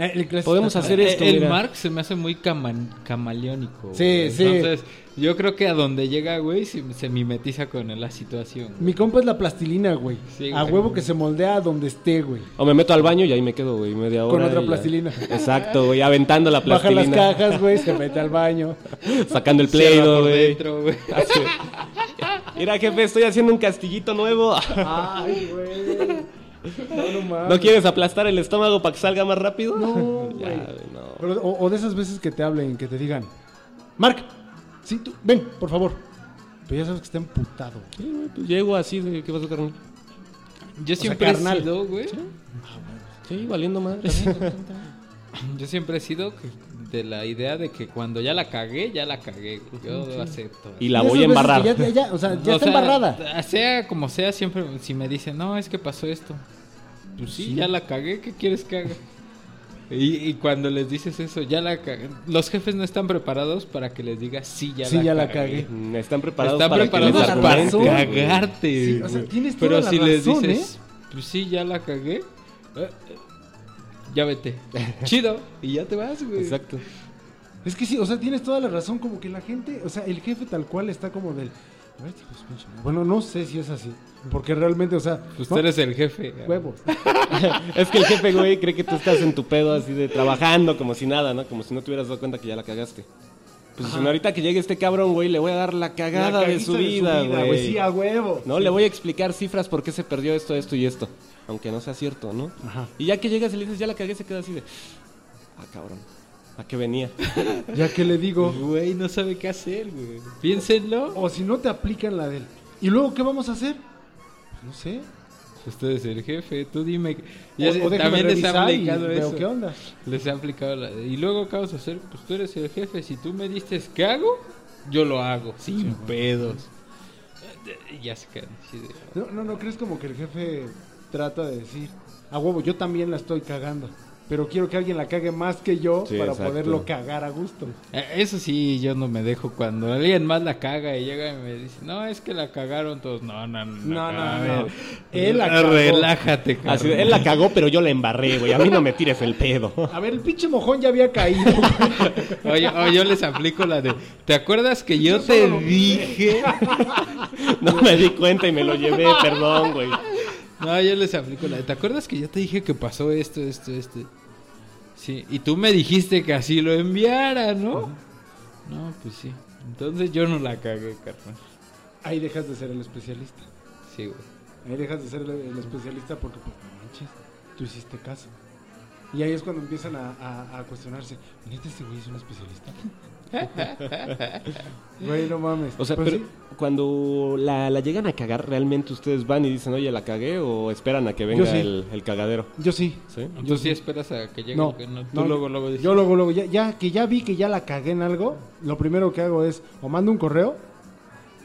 Speaker 2: Eh, el clásico-
Speaker 4: Podemos hacer
Speaker 3: Eh,
Speaker 4: esto,
Speaker 3: el
Speaker 4: mira.
Speaker 3: Mark se me hace muy caman- camaleónico.
Speaker 2: Sí,
Speaker 3: güey.
Speaker 2: sí.
Speaker 3: Entonces, yo creo que a donde llega, güey, se, se mimetiza con la situación. güey.
Speaker 2: Mi compa es la plastilina, güey.
Speaker 3: Sí,
Speaker 2: a
Speaker 3: güey.
Speaker 2: huevo que se moldea a donde esté, güey.
Speaker 4: O me meto al baño y ahí me quedo, güey, media hora.
Speaker 2: Con otra
Speaker 4: y ya.
Speaker 2: plastilina.
Speaker 4: Exacto, güey, aventando la
Speaker 2: Baja
Speaker 4: plastilina.
Speaker 2: las cajas, güey, se mete al baño.
Speaker 4: Sacando el
Speaker 3: Cierra
Speaker 4: pleido,
Speaker 3: por
Speaker 4: güey.
Speaker 3: dentro, güey.
Speaker 4: Así. Mira, jefe, estoy haciendo un castillito nuevo.
Speaker 2: Ay, güey. No, no mames.
Speaker 4: ¿No quieres aplastar el estómago para que salga más rápido?
Speaker 2: Ah. No,
Speaker 4: Ya,
Speaker 2: güey.
Speaker 4: güey, no.
Speaker 2: Pero- o, o de esas veces que te hablen, que te digan, Mark, sí, tú, ven, por favor. Pero ya sabes que está emputado. güey.
Speaker 4: Sí, güey, pues llego así, de, ¿qué pasó, carnal?
Speaker 3: Yo
Speaker 2: sea,
Speaker 3: siempre
Speaker 2: carnal.
Speaker 3: he sido, güey.
Speaker 4: Sí, valiendo madre.
Speaker 3: Yo siempre he sido que- de la idea de que cuando ya la cagué, ya la cagué. güey. Yo lo acepto.
Speaker 4: y la
Speaker 2: De esas
Speaker 4: voy a
Speaker 2: veces
Speaker 4: embarrar.
Speaker 2: que Ya, ya- o sea, ya
Speaker 3: O
Speaker 2: está
Speaker 3: sea,
Speaker 2: embarrada.
Speaker 3: Sea como sea, siempre si me dicen, no, es que pasó esto. Pues sí, ya la cagué, ¿qué quieres que haga? Y, y cuando les dices eso, ya la cagué. Los jefes no están preparados para que les digas, sí, ya
Speaker 2: sí,
Speaker 3: la
Speaker 2: ya la
Speaker 3: cagué.
Speaker 2: cagué.
Speaker 4: Mm, Están preparados
Speaker 3: Están
Speaker 4: para
Speaker 3: preparados
Speaker 4: que les
Speaker 3: para,
Speaker 4: argumenten, güey.
Speaker 3: cagarte.
Speaker 2: Sí, o sea,
Speaker 3: güey.
Speaker 2: tienes
Speaker 3: Pero
Speaker 2: toda la
Speaker 3: si les
Speaker 2: razón,
Speaker 3: dices, pues sí, ya la cagué, eh, eh, ya vete. Chido, y ya te vas, güey.
Speaker 4: Exacto.
Speaker 2: Es que sí, o sea, tienes toda la razón, como que la gente, o sea, el jefe tal cual está como del, Ay, hijos, pinche madre. Bueno, no sé si es así. Porque realmente, o sea.
Speaker 3: Usted
Speaker 2: no,
Speaker 3: es Pues el jefe.
Speaker 2: Huevos.
Speaker 4: Es que el jefe, güey, cree que tú estás en tu pedo así de trabajando como si nada, ¿no? Como si no te hubieras dado cuenta que ya la cagaste. Pues si no, ahorita que llegue este cabrón, güey, le voy a dar la cagada
Speaker 2: La
Speaker 4: de su
Speaker 2: caguita
Speaker 4: vida, güey.
Speaker 2: Sí, a huevo.
Speaker 4: No, le voy a explicar cifras por qué se perdió esto, esto y esto. Aunque no sea cierto, ¿no?
Speaker 2: Ajá.
Speaker 4: Y ya que llegas y le dices, ya la cagué, se queda así de... Ah, cabrón. ¿A qué venía?
Speaker 2: Ya que le digo.
Speaker 3: Güey, no sabe qué hacer, güey. Piénsenlo.
Speaker 2: O si no te aplican la del. ¿Y luego qué vamos a hacer? Pues no sé.
Speaker 3: Usted es el jefe, tú dime. que-
Speaker 2: O-
Speaker 3: Ya
Speaker 2: o,
Speaker 3: sé,
Speaker 2: déjame
Speaker 3: también les ha
Speaker 2: revisar y
Speaker 3: aplicado
Speaker 2: veo
Speaker 3: eso.
Speaker 2: qué onda.
Speaker 3: Les ha aplicado la. Y luego, ¿qué vas a hacer? Pues tú eres el jefe. Si tú me diste qué hago, yo lo hago. Sin pedos. Y Ya se quedan así de,
Speaker 2: No, no, no crees como que el jefe trata de decir, a huevo, yo también la estoy cagando, pero quiero que alguien la cague más que yo
Speaker 4: Sí,
Speaker 2: para
Speaker 4: exacto.
Speaker 2: poderlo cagar a gusto.
Speaker 3: Eh, Eso sí, yo no me dejo cuando alguien más la caga y llega y me dice, no, es que la cagaron todos. No, no, no.
Speaker 2: No, no,
Speaker 3: a
Speaker 2: no.
Speaker 3: ver.
Speaker 2: Él la
Speaker 3: Ah,
Speaker 2: cagó.
Speaker 3: Relájate, carnal.
Speaker 4: Así de, él la cagó, pero yo la embarré, güey. A mí no me tires el pedo.
Speaker 2: A ver, el pinche mojón ya había caído.
Speaker 3: O yo, o yo les aplico la de, ¿te acuerdas que yo, te dije?
Speaker 4: No me di cuenta y me lo llevé, perdón, güey.
Speaker 3: No, yo les aplico la de, ¿te acuerdas que yo te dije que pasó esto, esto, esto? Sí, y tú me dijiste que así lo enviara, ¿no? No, pues sí. Entonces yo no la cagué, carnal.
Speaker 2: Ahí dejas de ser el especialista.
Speaker 3: Sí, güey.
Speaker 2: Ahí dejas de ser el, el especialista porque, pues, no manches, tú hiciste caso. Y ahí es cuando empiezan a, a- a cuestionarse, ¿neta este güey es un especialista? Güey, no mames.
Speaker 4: O sea,
Speaker 2: Pues
Speaker 4: pero
Speaker 2: sí.
Speaker 4: cuando la, la llegan a cagar, ¿realmente ustedes van y dicen, oye, la cagué? ¿O esperan a que venga
Speaker 2: Yo sí.
Speaker 4: el, el cagadero?
Speaker 2: Yo sí,
Speaker 4: ¿Sí?
Speaker 3: Tú sí esperas a que llegue.
Speaker 2: No,
Speaker 3: que no, tú
Speaker 2: no,
Speaker 3: luego, luego dices,
Speaker 2: Yo luego, luego, ya, ya que ya vi que ya la cagué en algo, lo primero que hago es o mando un correo,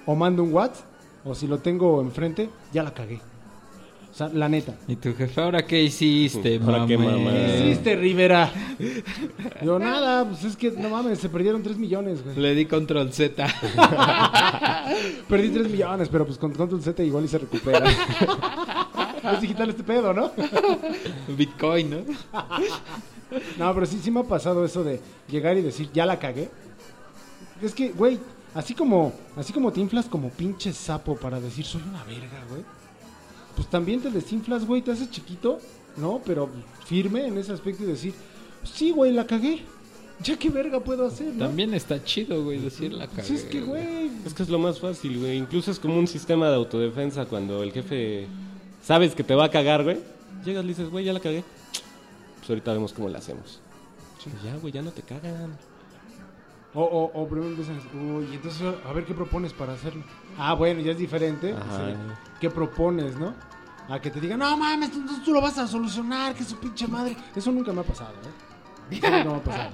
Speaker 2: o mando un WhatsApp, o si lo tengo enfrente, ya la cagué. O sea, la neta.
Speaker 3: ¿Y tu jefe ahora qué hiciste,
Speaker 4: Ahora qué
Speaker 3: mamá?
Speaker 4: mamá.
Speaker 2: ¿Qué
Speaker 4: Eh.
Speaker 2: hiciste, Rivera? Yo, nada, pues es que no mames, se perdieron 3 millones, güey.
Speaker 3: Le di control Z.
Speaker 2: Perdí 3 millones, pero pues con Control Z igual y se recupera. es digital este pedo, ¿no?
Speaker 3: Bitcoin, ¿no?
Speaker 2: No, pero sí, sí me ha pasado eso de llegar y decir, ya la cagué. Es que, güey, así como, así como te inflas como pinche sapo para decir, soy una verga, güey. Pues también te desinflas, güey, te haces chiquito, ¿no? Pero firme en ese aspecto y decir, sí, güey, la cagué. Ya qué verga puedo hacer, ¿no?
Speaker 3: También está chido, güey, decir la
Speaker 2: Pues
Speaker 3: cagué,
Speaker 2: es que, güey.
Speaker 4: Es que es lo más fácil, güey. Incluso es como un sistema de autodefensa cuando el jefe sabes que te va a cagar, güey. Llegas y le dices, güey, ya la cagué. Pues ahorita vemos cómo la hacemos. Y Ya, güey, ya no te cagan.
Speaker 2: O, o, o primero empiezan a decir, uy, entonces, a ver qué propones para hacerlo. Ah, bueno, ya es diferente.
Speaker 4: Ajá.
Speaker 2: Sí. ¿Qué propones, no? A que te digan, no mames, tú, tú- tú lo vas a solucionar, que su pinche madre. Eso nunca me ha pasado, ¿eh? Eso nunca me ha pasado.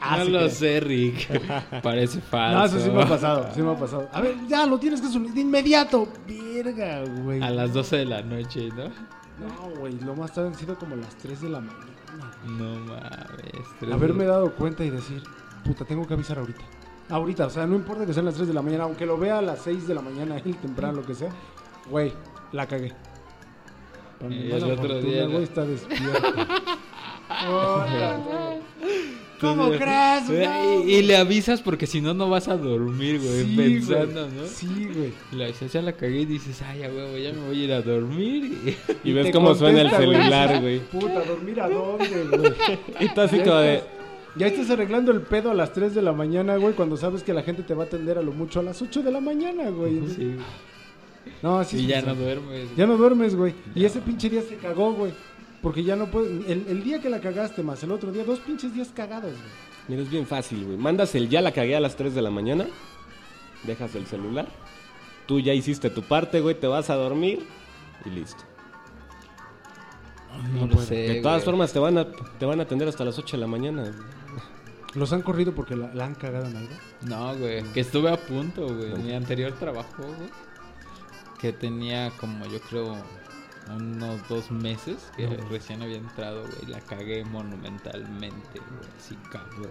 Speaker 2: Ah,
Speaker 3: no
Speaker 2: sí
Speaker 3: lo
Speaker 2: que-
Speaker 3: sé, Rick. Parece falso.
Speaker 2: No, eso sí me ha pasado, sí me ha pasado. A ver, ya lo tienes que solucionar de inmediato. Verga, güey.
Speaker 3: A las 12 de la noche, ¿no?
Speaker 2: No, güey, lo más tarde han sido como las 3 de la mañana.
Speaker 3: No mames. tres
Speaker 2: Haberme
Speaker 3: de-
Speaker 2: dado cuenta y decir, puta, tengo que avisar ahorita. Ahorita, o sea, no importa que sean las 3 de la mañana, aunque lo vea a las 6 de la mañana, él temprano, lo que sea. Güey, la cagué. Para mi
Speaker 3: Y
Speaker 2: mala
Speaker 3: el otro
Speaker 2: fortuna,
Speaker 3: día la-
Speaker 2: güey, está despierto. Hola, güey. ¿Cómo
Speaker 3: Entonces,
Speaker 2: crees,
Speaker 3: güey?
Speaker 2: güey?
Speaker 3: Y, y le avisas porque si no, no vas a dormir, güey,
Speaker 2: Sí,
Speaker 3: pensando,
Speaker 2: güey.
Speaker 3: ¿no?
Speaker 2: Sí, güey.
Speaker 3: Y Le avisas, ya la cagué y dices, ay, ya, huevo, ya me voy a ir a dormir.
Speaker 4: Y,
Speaker 2: Y
Speaker 4: ves
Speaker 2: te
Speaker 4: cómo suena el
Speaker 2: contesta,
Speaker 4: celular, güey.
Speaker 2: Puta, ¿dormir a dónde, güey?
Speaker 4: Y tú así
Speaker 2: Ya
Speaker 4: como de...
Speaker 2: estás- Ya estás arreglando el pedo a las 3 de la mañana, güey, cuando sabes que la gente te va a atender a lo mucho a las 8 de la mañana, güey.
Speaker 3: Y, sí,
Speaker 2: No, así
Speaker 3: y
Speaker 2: es
Speaker 3: ya no
Speaker 2: frustrante.
Speaker 3: duermes.
Speaker 2: Ya no duermes, güey. Y ese pinche día se cagó, güey. Porque ya no puedes. El, el día que la cagaste más el otro día, dos pinches días cagados, güey.
Speaker 4: Mira, es bien fácil, güey. Mandas el ya la cagué a las 3 de la mañana. Dejas el celular. Tú ya hiciste tu parte, güey. Te vas a dormir. Y listo.
Speaker 3: no, lo
Speaker 2: puedo.
Speaker 3: sé.
Speaker 4: De todas
Speaker 3: güey.
Speaker 4: formas, te van, a, te van a atender hasta las 8 de la mañana. güey.
Speaker 2: Los han corrido porque la, la han cagado en algo.
Speaker 3: No, güey, que estuve a punto, güey. En mi anterior trabajo, güey, que tenía como yo creo unos dos meses que recién había entrado, güey. La cagué monumentalmente, güey. Así cabrón.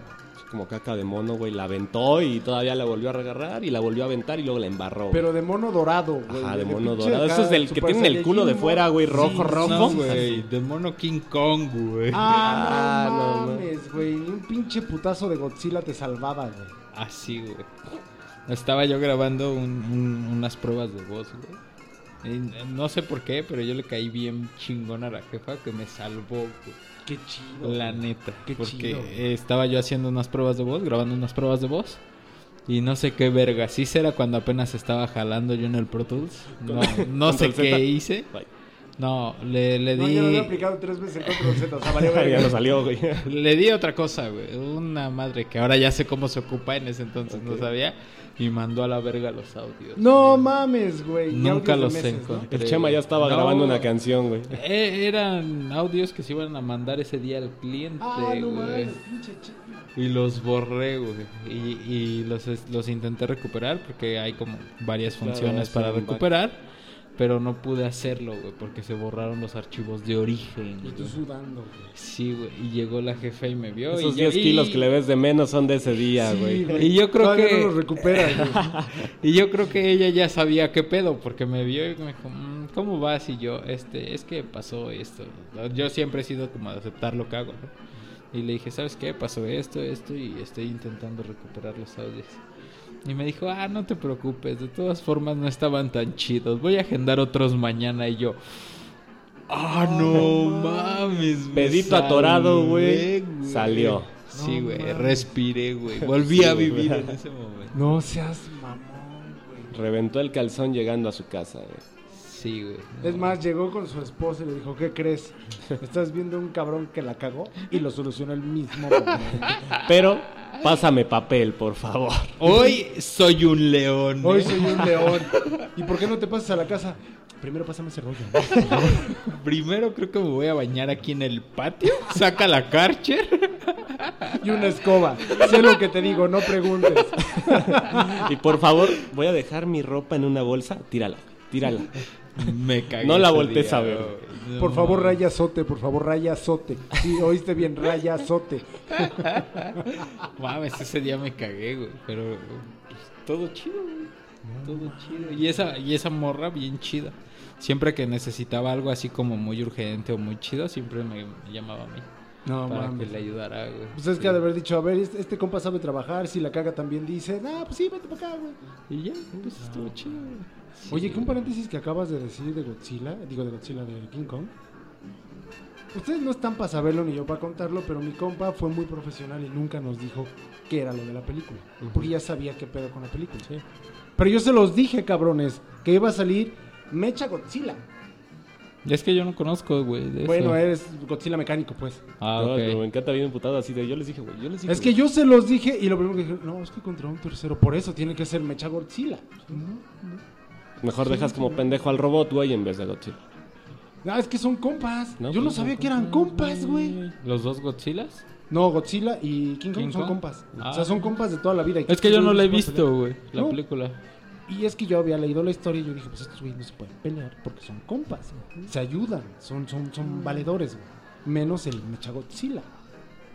Speaker 4: Como caca de mono, güey. La aventó y todavía la volvió a regarrar y la volvió a aventar y luego la embarró.
Speaker 2: Oh. Pero de mono dorado, güey.
Speaker 4: Ajá, de
Speaker 2: pinche
Speaker 4: mono dorado.
Speaker 2: acá,
Speaker 4: Eso es del que
Speaker 2: Super
Speaker 4: tienen el culo de
Speaker 2: Saiyajin,
Speaker 4: fuera, güey,
Speaker 2: Sí,
Speaker 4: rojo, rojo.
Speaker 3: No,
Speaker 4: ¿Rojo?
Speaker 3: güey, de mono King Kong, güey.
Speaker 2: Ah, no
Speaker 4: Ah, no,
Speaker 2: mames, güey. Ni un pinche putazo de Godzilla te salvaba, güey.
Speaker 3: Así, güey. Estaba yo grabando un- un- unas pruebas de voz, güey. Y n- no sé por qué, pero yo le caí bien chingón a la jefa que me salvó, güey.
Speaker 5: Qué chido.
Speaker 3: La neta.
Speaker 5: Qué
Speaker 3: porque
Speaker 5: chido.
Speaker 3: eh, estaba yo haciendo unas pruebas de voz, grabando unas pruebas de voz. Y no sé qué verga. Sí será cuando apenas estaba jalando yo en el Pro Tools. No, no sé
Speaker 4: Control Z.
Speaker 3: qué hice.
Speaker 4: Bye.
Speaker 3: No, le, le di...
Speaker 2: No, ya lo había aplicado tres veces el control Z. O sea, valió
Speaker 4: ya no
Speaker 2: verga.
Speaker 4: salió, güey.
Speaker 3: Le di otra cosa, güey. Una madre que ahora ya sé cómo se ocupa, en ese entonces no sabía. Y mandó a la verga los audios.
Speaker 2: No mames, güey. Y
Speaker 3: Nunca
Speaker 2: audios
Speaker 3: los
Speaker 2: de meses, ¿no?
Speaker 3: encontré.
Speaker 4: El Chema ya estaba
Speaker 3: No.
Speaker 4: grabando una canción, güey.
Speaker 3: Eh, eran audios que se iban a mandar ese día al cliente,
Speaker 2: Ah, no
Speaker 3: güey.
Speaker 2: mames, pinche chido.
Speaker 3: Y los borré, güey. Y, y los, es- los intenté recuperar porque hay como varias
Speaker 4: Claro,
Speaker 3: funciones
Speaker 4: sí,
Speaker 3: para
Speaker 4: varias.
Speaker 3: recuperar. Pero no pude hacerlo, güey, porque se borraron los archivos de origen.
Speaker 5: Y tú
Speaker 3: güey.
Speaker 5: sudando, güey.
Speaker 3: Sí, güey. Y llegó la jefa y me vio.
Speaker 4: Esos
Speaker 3: y yo-
Speaker 4: 10 kilos
Speaker 3: y-
Speaker 4: que le ves de menos son de ese día, güey.
Speaker 3: Y yo creo
Speaker 2: Todavía
Speaker 3: que-
Speaker 2: no los recupera, güey.
Speaker 3: Y yo creo que ella ya sabía qué pedo, porque me vio y me dijo, "Mm, ¿cómo vas? Y yo, este, es que pasó esto. Yo siempre he sido como de aceptar lo que hago, ¿no? Y le dije, ¿sabes qué? Pasó esto, esto, y estoy intentando recuperar los audios. Y me dijo, ah, no te preocupes, de todas formas no estaban tan chidos, voy a agendar otros mañana. Y yo, ah, no mames, me
Speaker 4: Pedito atorado,
Speaker 3: salvé,
Speaker 4: güey.
Speaker 3: güey".
Speaker 4: Salió.
Speaker 3: Sí,
Speaker 2: No
Speaker 3: güey,
Speaker 2: mames.
Speaker 3: respiré, güey, volví a vivir en ese momento.
Speaker 5: No seas mamón, güey.
Speaker 4: Reventó el calzón llegando a su casa, güey.
Speaker 3: Sí, güey.
Speaker 2: Es
Speaker 3: no.
Speaker 2: más, llegó con su esposa y le dijo, ¿qué crees? Estás viendo un cabrón que la cagó y lo solucionó el mismo. momento.
Speaker 4: Pero, pásame papel, por favor.
Speaker 3: Hoy soy un león.
Speaker 2: Hoy
Speaker 3: ¿eh?
Speaker 2: soy un león. ¿Y por qué no te pasas a la casa? Primero pásame ese rollo.
Speaker 3: Primero creo que me voy a bañar aquí en el patio. Saca la Karcher.
Speaker 2: Y una escoba. Sé lo que te digo, no preguntes.
Speaker 4: Y por favor, voy a dejar mi ropa en una bolsa. Tírala, tírala.
Speaker 3: Me cagué.
Speaker 4: No la
Speaker 3: ese
Speaker 4: voltees
Speaker 3: día,
Speaker 4: a ver.
Speaker 3: güey. No
Speaker 2: Por favor,
Speaker 3: mames.
Speaker 2: rayazote, por favor, rayazote. Sí, oíste bien, rayazote.
Speaker 3: Ah, Mames, ese día me cagué, güey. Pero pues, todo chido, güey. Todo chido. Y esa, y esa morra bien chida. Siempre que necesitaba algo así como muy urgente o muy chido, siempre me, me llamaba a mí.
Speaker 2: No
Speaker 3: para
Speaker 2: mames.
Speaker 3: que le ayudara, güey.
Speaker 2: Pues es que
Speaker 3: Sí.
Speaker 2: ha de haber dicho, a ver, este, este compa sabe trabajar, si la caga también dice, ah, pues sí, vete para acá, güey.
Speaker 3: Y ya, pues estuvo chido, güey. Sí,
Speaker 2: Oye, que un
Speaker 3: güey.
Speaker 2: paréntesis que acabas de decir de Godzilla, digo de Godzilla, de King Kong. Ustedes no están para saberlo ni yo para contarlo, pero mi compa fue muy profesional y nunca nos dijo qué era lo de la película. Porque ya sabía qué pedo con la película. Pero yo se los dije, cabrones, que iba a salir Mecha Godzilla.
Speaker 3: Y es que yo no conozco, güey. de
Speaker 2: Bueno,
Speaker 3: eso.
Speaker 2: eres Godzilla mecánico, pues.
Speaker 3: Ah,
Speaker 4: No,
Speaker 3: ok.
Speaker 4: pero Me encanta bien putado así de yo les dije, güey, yo les dije.
Speaker 2: Es que
Speaker 4: güey.
Speaker 2: yo se los dije y lo primero que dije, no, es que contra un tercero, por eso tiene que ser Mecha Godzilla.
Speaker 4: Mejor dejas como pendejo al robot, güey, en vez de Godzilla.
Speaker 2: Ah, es que son compas.
Speaker 4: No,
Speaker 2: yo no
Speaker 4: pues,
Speaker 2: sabía
Speaker 4: son
Speaker 2: que eran compas, güey.
Speaker 3: ¿Los dos Godzillas?
Speaker 2: No, Godzilla y King Kong
Speaker 3: King
Speaker 2: son
Speaker 3: Kong.
Speaker 2: compas.
Speaker 3: Ah.
Speaker 2: O sea, son compas de toda la vida. Y
Speaker 3: Es que yo no la he
Speaker 2: estos güeyes
Speaker 3: visto,
Speaker 2: no se
Speaker 3: güey, la
Speaker 2: No.
Speaker 3: película.
Speaker 2: pelean. Y es que yo había leído la historia y yo dije, pues estos güeyes no se pueden pelear porque son compas. güey. Se ayudan, son, son, son valedores, güey. Menos el Mecha Godzilla.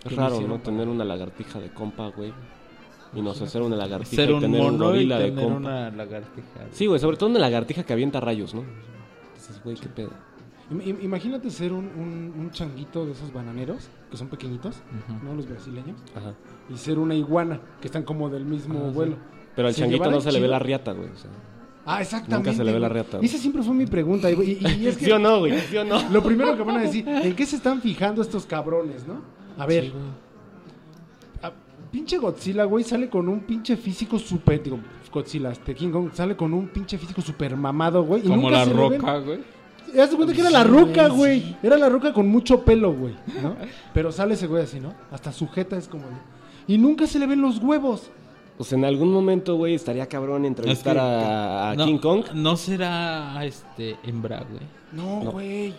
Speaker 4: Es
Speaker 2: Que
Speaker 4: raro,
Speaker 2: hicieron
Speaker 4: ¿no?
Speaker 2: para-
Speaker 4: Tener una lagartija de compa, güey. Y no sé, ser una lagartija
Speaker 3: Ser
Speaker 4: y
Speaker 3: un
Speaker 4: tener un
Speaker 3: mono y
Speaker 4: gorila de
Speaker 3: tener
Speaker 4: compa.
Speaker 3: una lagartija. güey.
Speaker 4: Sí, güey, sobre todo una lagartija que avienta rayos, ¿no? Dices, güey, qué pedo.
Speaker 2: Im- im- Imagínate ser un, un- un changuito de esos bananeros, que son pequeñitos,
Speaker 3: Ujú.
Speaker 2: ¿no? Los brasileños.
Speaker 4: Ajá.
Speaker 2: Y ser una iguana, que están como del mismo
Speaker 3: Ah, sí.
Speaker 2: vuelo.
Speaker 4: Pero al
Speaker 2: Se
Speaker 4: changuito
Speaker 2: llevaran
Speaker 4: no se le ve
Speaker 2: chido.
Speaker 4: la riata, güey. o sea.
Speaker 2: Ah, exactamente.
Speaker 4: Nunca se le ve la
Speaker 2: güey.
Speaker 4: reata, güey.
Speaker 2: Esa siempre fue mi pregunta. Y, y- y es que...
Speaker 4: ¿Sí o no, güey? ¿Sí o no?
Speaker 2: Lo primero que van a decir, ¿en qué se están fijando estos cabrones, no? A ver, a- pinche Godzilla, güey, sale con un pinche físico super, digo, Godzilla, este King Kong sale con un pinche físico super mamado, güey. y
Speaker 3: Como
Speaker 2: nunca
Speaker 3: la
Speaker 2: se le ven.
Speaker 3: roca, güey.
Speaker 2: Haz de cuenta que era la
Speaker 5: Sí,
Speaker 2: roca,
Speaker 5: güey,
Speaker 2: güey.
Speaker 5: sí.
Speaker 2: Era la roca con mucho pelo, güey, ¿no? Pero sale ese güey así, ¿no? Hasta sujeta es como... Y nunca se le ven los huevos.
Speaker 4: Pues en algún momento, güey, estaría cabrón entrevistar
Speaker 3: Es que-
Speaker 4: a, a
Speaker 3: No,
Speaker 4: King Kong.
Speaker 3: No será este hembra, güey.
Speaker 2: No,
Speaker 4: No.
Speaker 2: güey.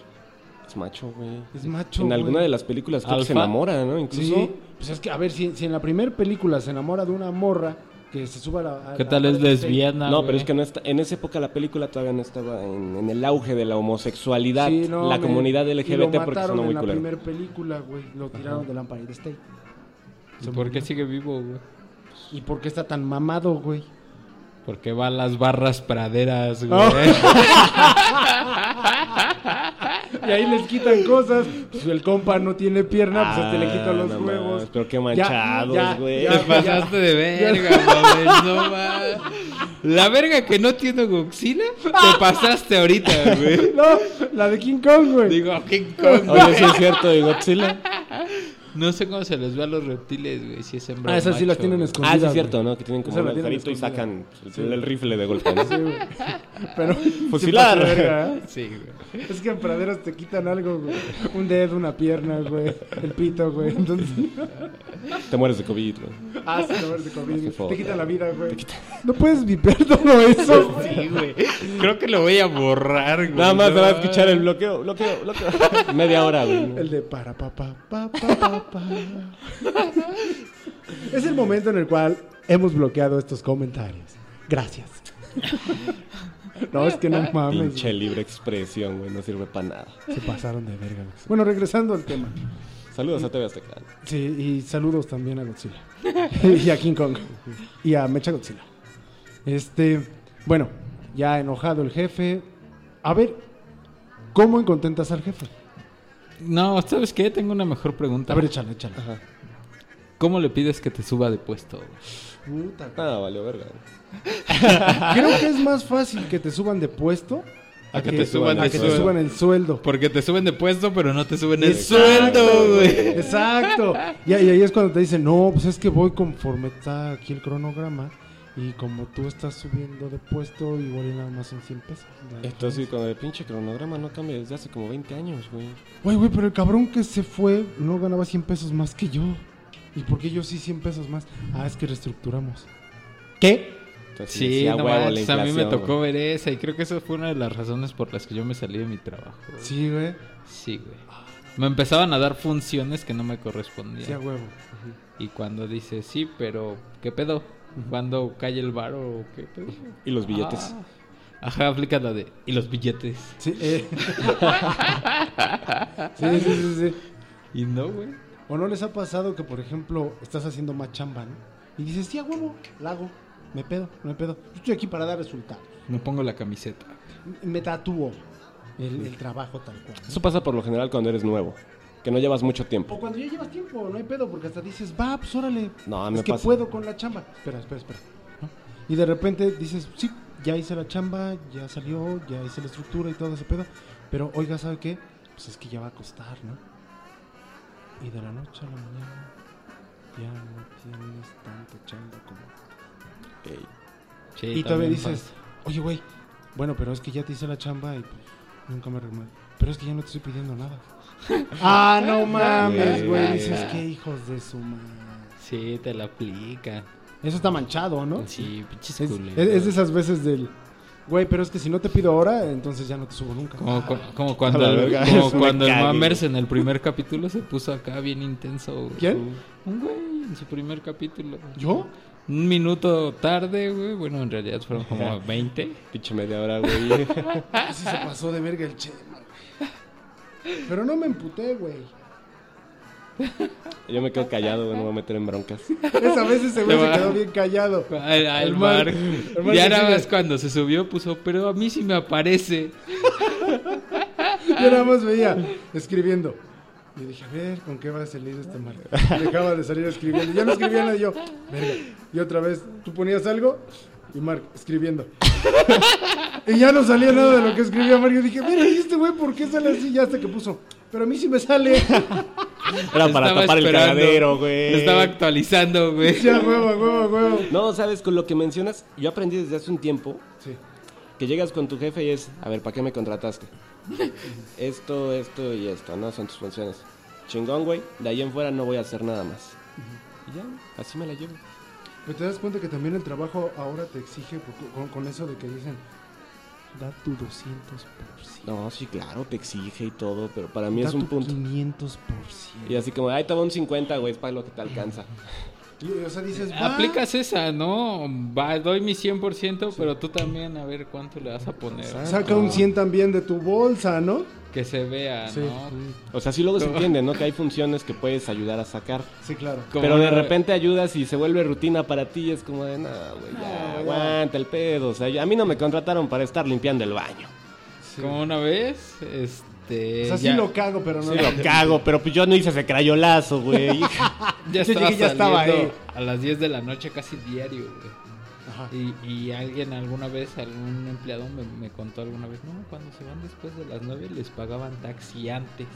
Speaker 4: Es macho, güey.
Speaker 2: Es macho,
Speaker 4: En
Speaker 2: güey.
Speaker 4: alguna de las películas creo que se
Speaker 3: Alfa.
Speaker 4: enamora, ¿no? Incluso.
Speaker 2: Sí, pues es que, a ver, si, si en la primera película se enamora de una morra que se suba a la... a
Speaker 3: ¿Qué
Speaker 2: la
Speaker 3: tal
Speaker 2: pared
Speaker 3: es
Speaker 2: del hotel,
Speaker 3: lesbiana?
Speaker 4: no,
Speaker 3: güey?
Speaker 4: pero es que no está, en esa época la película todavía no estaba en, en el auge de la homosexualidad,
Speaker 2: Sí, no,
Speaker 4: la
Speaker 2: me-
Speaker 4: comunidad
Speaker 2: y lo
Speaker 4: LGBT, porque
Speaker 2: mataron
Speaker 4: sonó muy
Speaker 2: en la
Speaker 4: culero.
Speaker 2: primera película, güey. Lo tiraron de la Empire State.
Speaker 3: ¿Y ¿Por qué sigue vivo, güey?
Speaker 2: ¿Y por qué está tan mamado, güey?
Speaker 3: Porque
Speaker 2: Oh.
Speaker 3: va a las barras praderas, güey.
Speaker 2: y ahí les quitan cosas. Pues el compa no tiene pierna, pues este le quito los
Speaker 4: Ah, no
Speaker 2: huevos.
Speaker 4: mames, pero qué
Speaker 2: Ya,
Speaker 4: manchados,
Speaker 2: ya,
Speaker 4: güey.
Speaker 2: ya,
Speaker 3: Te pasaste de verga, mames, no mames. La verga que no tiene goxila, te pasaste ahorita, güey.
Speaker 2: No, la de King Kong, güey.
Speaker 3: Digo, "Ah, qué con-
Speaker 4: Oye, sí es cierto, de Godzilla.
Speaker 3: No sé cómo se les ve a los reptiles, güey, si es hembra
Speaker 2: Ah,
Speaker 3: o
Speaker 2: esas sí las
Speaker 3: macho,
Speaker 2: tienen
Speaker 3: güey.
Speaker 2: escondidas.
Speaker 4: Ah, sí es
Speaker 2: güey.
Speaker 4: cierto, ¿no? Que tienen como
Speaker 2: Esa
Speaker 4: un
Speaker 2: la tienen
Speaker 4: agujerito y
Speaker 2: escondida.
Speaker 4: sacan el,
Speaker 2: Sí.
Speaker 4: el rifle de golpe. ¿no?
Speaker 2: Sí, güey. Pero.
Speaker 4: Fusilar.
Speaker 2: sí pasa de verga, ¿eh?
Speaker 3: Sí, güey.
Speaker 2: Es que en praderos te quitan algo, güey. Un dedo, una pierna, güey. El pito, güey. Entonces.
Speaker 4: Te mueres de COVID, güey.
Speaker 2: Ah, sí, no, de COVID.
Speaker 4: qué foda.
Speaker 2: Te quitan la vida, güey. No puedes viper todo eso, güey.
Speaker 3: Sí, güey. Creo que lo voy a borrar, güey.
Speaker 4: Nada más te
Speaker 3: no
Speaker 4: va a escuchar el
Speaker 3: mames.
Speaker 4: bloqueo, bloqueo, bloqueo. Media hora, güey.
Speaker 2: eh. El de para pa pa pa pa pa pa. Es el momento en el cual hemos bloqueado estos comentarios. Gracias. No, es que no mames.
Speaker 4: Pinche libre expresión, güey. No sirve para nada.
Speaker 2: Se pasaron de verga. los- Bueno, regresando al tema.
Speaker 4: Saludos a TV Azteca.
Speaker 2: Sí, y saludos también a Godzilla. y a King Kong. Y a Mecha Godzilla. Este, bueno, ya enojado el jefe. A ver, ¿cómo encontentas al jefe?
Speaker 3: No, ¿sabes qué? Tengo una mejor pregunta.
Speaker 2: A ver, échale, échale.
Speaker 3: ¿Cómo le pides que te suba de puesto? güey?
Speaker 2: Puta, güey.
Speaker 4: Ah, valió verga. güey.
Speaker 2: Creo que es más fácil que te suban de puesto
Speaker 3: A que te suban
Speaker 2: a
Speaker 3: de
Speaker 2: que te
Speaker 3: sueldo.
Speaker 2: suban el sueldo.
Speaker 3: Porque te suben de puesto, pero no te suben el
Speaker 2: Exacto,
Speaker 3: sueldo, güey.
Speaker 2: Exacto. Y, ahí- y ahí es cuando te dicen, no, pues es que voy conforme está aquí el cronograma. Y como tú estás subiendo de puesto, igual y nada más son 100 pesos.
Speaker 4: Esto sí, con el pinche cronograma no cambia desde hace como 20 años, güey.
Speaker 2: Güey, güey, pero el cabrón que se fue no ganaba 100 pesos más que yo. ¿Y por qué yo sí 100 pesos más? Ah, es que reestructuramos. ¿Qué?
Speaker 4: Entonces,
Speaker 3: Sí,
Speaker 4: decía,
Speaker 3: no
Speaker 4: huevo, la
Speaker 3: manches, a mí me
Speaker 4: inflación,
Speaker 3: tocó
Speaker 4: güey.
Speaker 3: ver esa y creo que eso fue una de las razones por las que yo me salí de mi trabajo. güey.
Speaker 2: Sí, güey.
Speaker 3: Sí, güey. Me empezaban a dar funciones que no me correspondían.
Speaker 2: Sí, a huevo.
Speaker 3: y cuando dices, sí, pero ¿qué pedo? ¿Cuándo cae el bar o qué pedo?
Speaker 4: Y los billetes.
Speaker 3: Ah. Ajá, aplica la de. Y los billetes.
Speaker 2: Sí, eh. sí, sí, sí, sí.
Speaker 3: Y no, güey.
Speaker 2: ¿O no les ha pasado que, por ejemplo, estás haciendo más chamba, ¿no? Y dices, sí, a huevo, la hago. Me pedo, no me pedo. Yo estoy aquí para dar resultados.
Speaker 3: Me pongo la camiseta.
Speaker 2: M- Me tatúo el, el trabajo tal cual. ¿no?
Speaker 4: Eso pasa por lo general cuando eres nuevo, que no llevas mucho tiempo.
Speaker 2: O cuando ya llevas tiempo, no hay pedo, porque hasta dices, va, pues órale.
Speaker 4: No,
Speaker 2: es
Speaker 4: me
Speaker 2: que
Speaker 4: pasa.
Speaker 2: puedo con la chamba. Espera, espera, espera. ¿no? Y de repente dices, sí, ya hice la chamba, ya salió, ya hice la estructura y todo ese pedo. Pero, oiga, ¿sabe qué? Pues es que ya va a costar, ¿no? Y de la noche a la mañana ya no tienes tanta chamba como
Speaker 4: Ey,
Speaker 3: Sí,
Speaker 2: y todavía
Speaker 3: también
Speaker 2: dices,
Speaker 3: pasa.
Speaker 2: oye, güey, bueno, pero es que ya te hice la chamba y pues, nunca me remueve. Pero es que ya no te estoy pidiendo nada. ah, no mames,
Speaker 4: Güey,
Speaker 2: güey.
Speaker 4: neta.
Speaker 2: Dices, qué hijos de su madre.
Speaker 3: Sí, te la aplica.
Speaker 2: Eso está manchado, ¿no?
Speaker 3: Sí,
Speaker 2: Es,
Speaker 3: pinches
Speaker 2: es-
Speaker 3: culeros.
Speaker 2: es de esas veces del, güey, pero es que si no te pido ahora, entonces ya no te subo nunca.
Speaker 3: Como, cu- como
Speaker 4: A
Speaker 3: cuando,
Speaker 4: la
Speaker 3: el,
Speaker 4: verga,
Speaker 3: como
Speaker 4: eso me
Speaker 3: cuando el
Speaker 4: cague,
Speaker 3: Mammers
Speaker 4: güey.
Speaker 3: en el primer capítulo se puso acá bien intenso. güey.
Speaker 2: ¿Quién?
Speaker 3: Un güey en su primer capítulo.
Speaker 2: ¿Yo?
Speaker 3: Un minuto tarde, güey. Bueno, en realidad fueron como 20.
Speaker 4: pinche media hora, güey.
Speaker 2: Sí se pasó de verga el chema. güey. Pero no me emputé, güey.
Speaker 4: Yo me quedo callado, güey, no me voy a meter en broncas.
Speaker 2: Esa vez ese güey
Speaker 3: Te
Speaker 2: se
Speaker 3: va.
Speaker 2: quedó bien callado.
Speaker 3: Al, al
Speaker 2: El
Speaker 3: mar.
Speaker 2: Mark. El Mark
Speaker 3: Ya
Speaker 2: así
Speaker 3: nada
Speaker 2: de-
Speaker 3: más cuando se subió puso, pero a mí sí me aparece.
Speaker 2: Yo nada más veía escribiendo. Y dije, a ver, ¿con qué va a salir este martes? Y Dejaba de salir escribiendo. Ya no escribía nada y yo. Verga. Y otra vez, tú ponías algo y Mark escribiendo. Y ya no salía nada de lo que escribía Mark. Yo dije, mira, ¿y este güey por qué sale así? Ya hasta que puso. Pero a mí sí me sale.
Speaker 4: Era para
Speaker 3: Estaba
Speaker 4: tapar el
Speaker 3: esperando.
Speaker 4: cagadero, güey.
Speaker 2: Eh.
Speaker 3: Lo estaba actualizando, güey.
Speaker 2: Ya, huevo, huevo, huevo.
Speaker 4: No, sabes, con lo que mencionas, yo aprendí desde hace un tiempo
Speaker 2: Sí.
Speaker 4: que llegas con tu jefe y es, a ver, ¿para qué me contrataste? esto, esto y esto, ¿no? Son tus funciones. Chingón, güey, de ahí en fuera no voy a hacer nada más. Y ya, así me la llevo.
Speaker 2: Pero te das cuenta que también el trabajo ahora te exige porque- con, con eso de que dicen, da tu 200%.
Speaker 4: No, sí, claro, te exige y todo, pero para mí
Speaker 2: da
Speaker 4: es un
Speaker 2: tu
Speaker 4: punto.
Speaker 2: 500%.
Speaker 4: Y así como, ay, toma un 50, güey, es para lo que te alcanza.
Speaker 2: Y, o sea, dices, va.
Speaker 3: Aplicas esa, ¿no? Va, doy mi 100%, pero tú también a ver cuánto le vas a poner.
Speaker 2: Saca un 100 también de tu bolsa, ¿no?
Speaker 3: Que se
Speaker 4: Ah,
Speaker 3: vea,
Speaker 2: Sí.
Speaker 3: ¿no?
Speaker 4: O sea, sí luego se entiende, ¿no? Que hay funciones que puedes ayudar a sacar.
Speaker 2: Sí, claro.
Speaker 3: Como
Speaker 4: Pero de
Speaker 3: una-
Speaker 4: repente ayudas y se vuelve rutina para ti y es como de, no, güey, ya, aguanta el pedo. O sea, yo- a mí no me contrataron para estar limpiando el baño.
Speaker 3: Como una vez, este, Este.
Speaker 2: O sea, sí
Speaker 3: ya-
Speaker 2: lo cago, pero no.
Speaker 4: eh, Sí, lo cago, pero pues yo no hice ese crayolazo, güey.
Speaker 3: Ya
Speaker 2: Yo
Speaker 3: estaba,
Speaker 2: llegué, ya estaba
Speaker 3: saliendo
Speaker 2: ahí.
Speaker 3: A las 10 de la noche casi diario, güey.
Speaker 2: Ajá.
Speaker 3: Y, y alguien alguna vez, algún empleado me, me contó alguna vez, no, cuando se van después de las 9 les pagaban taxi antes.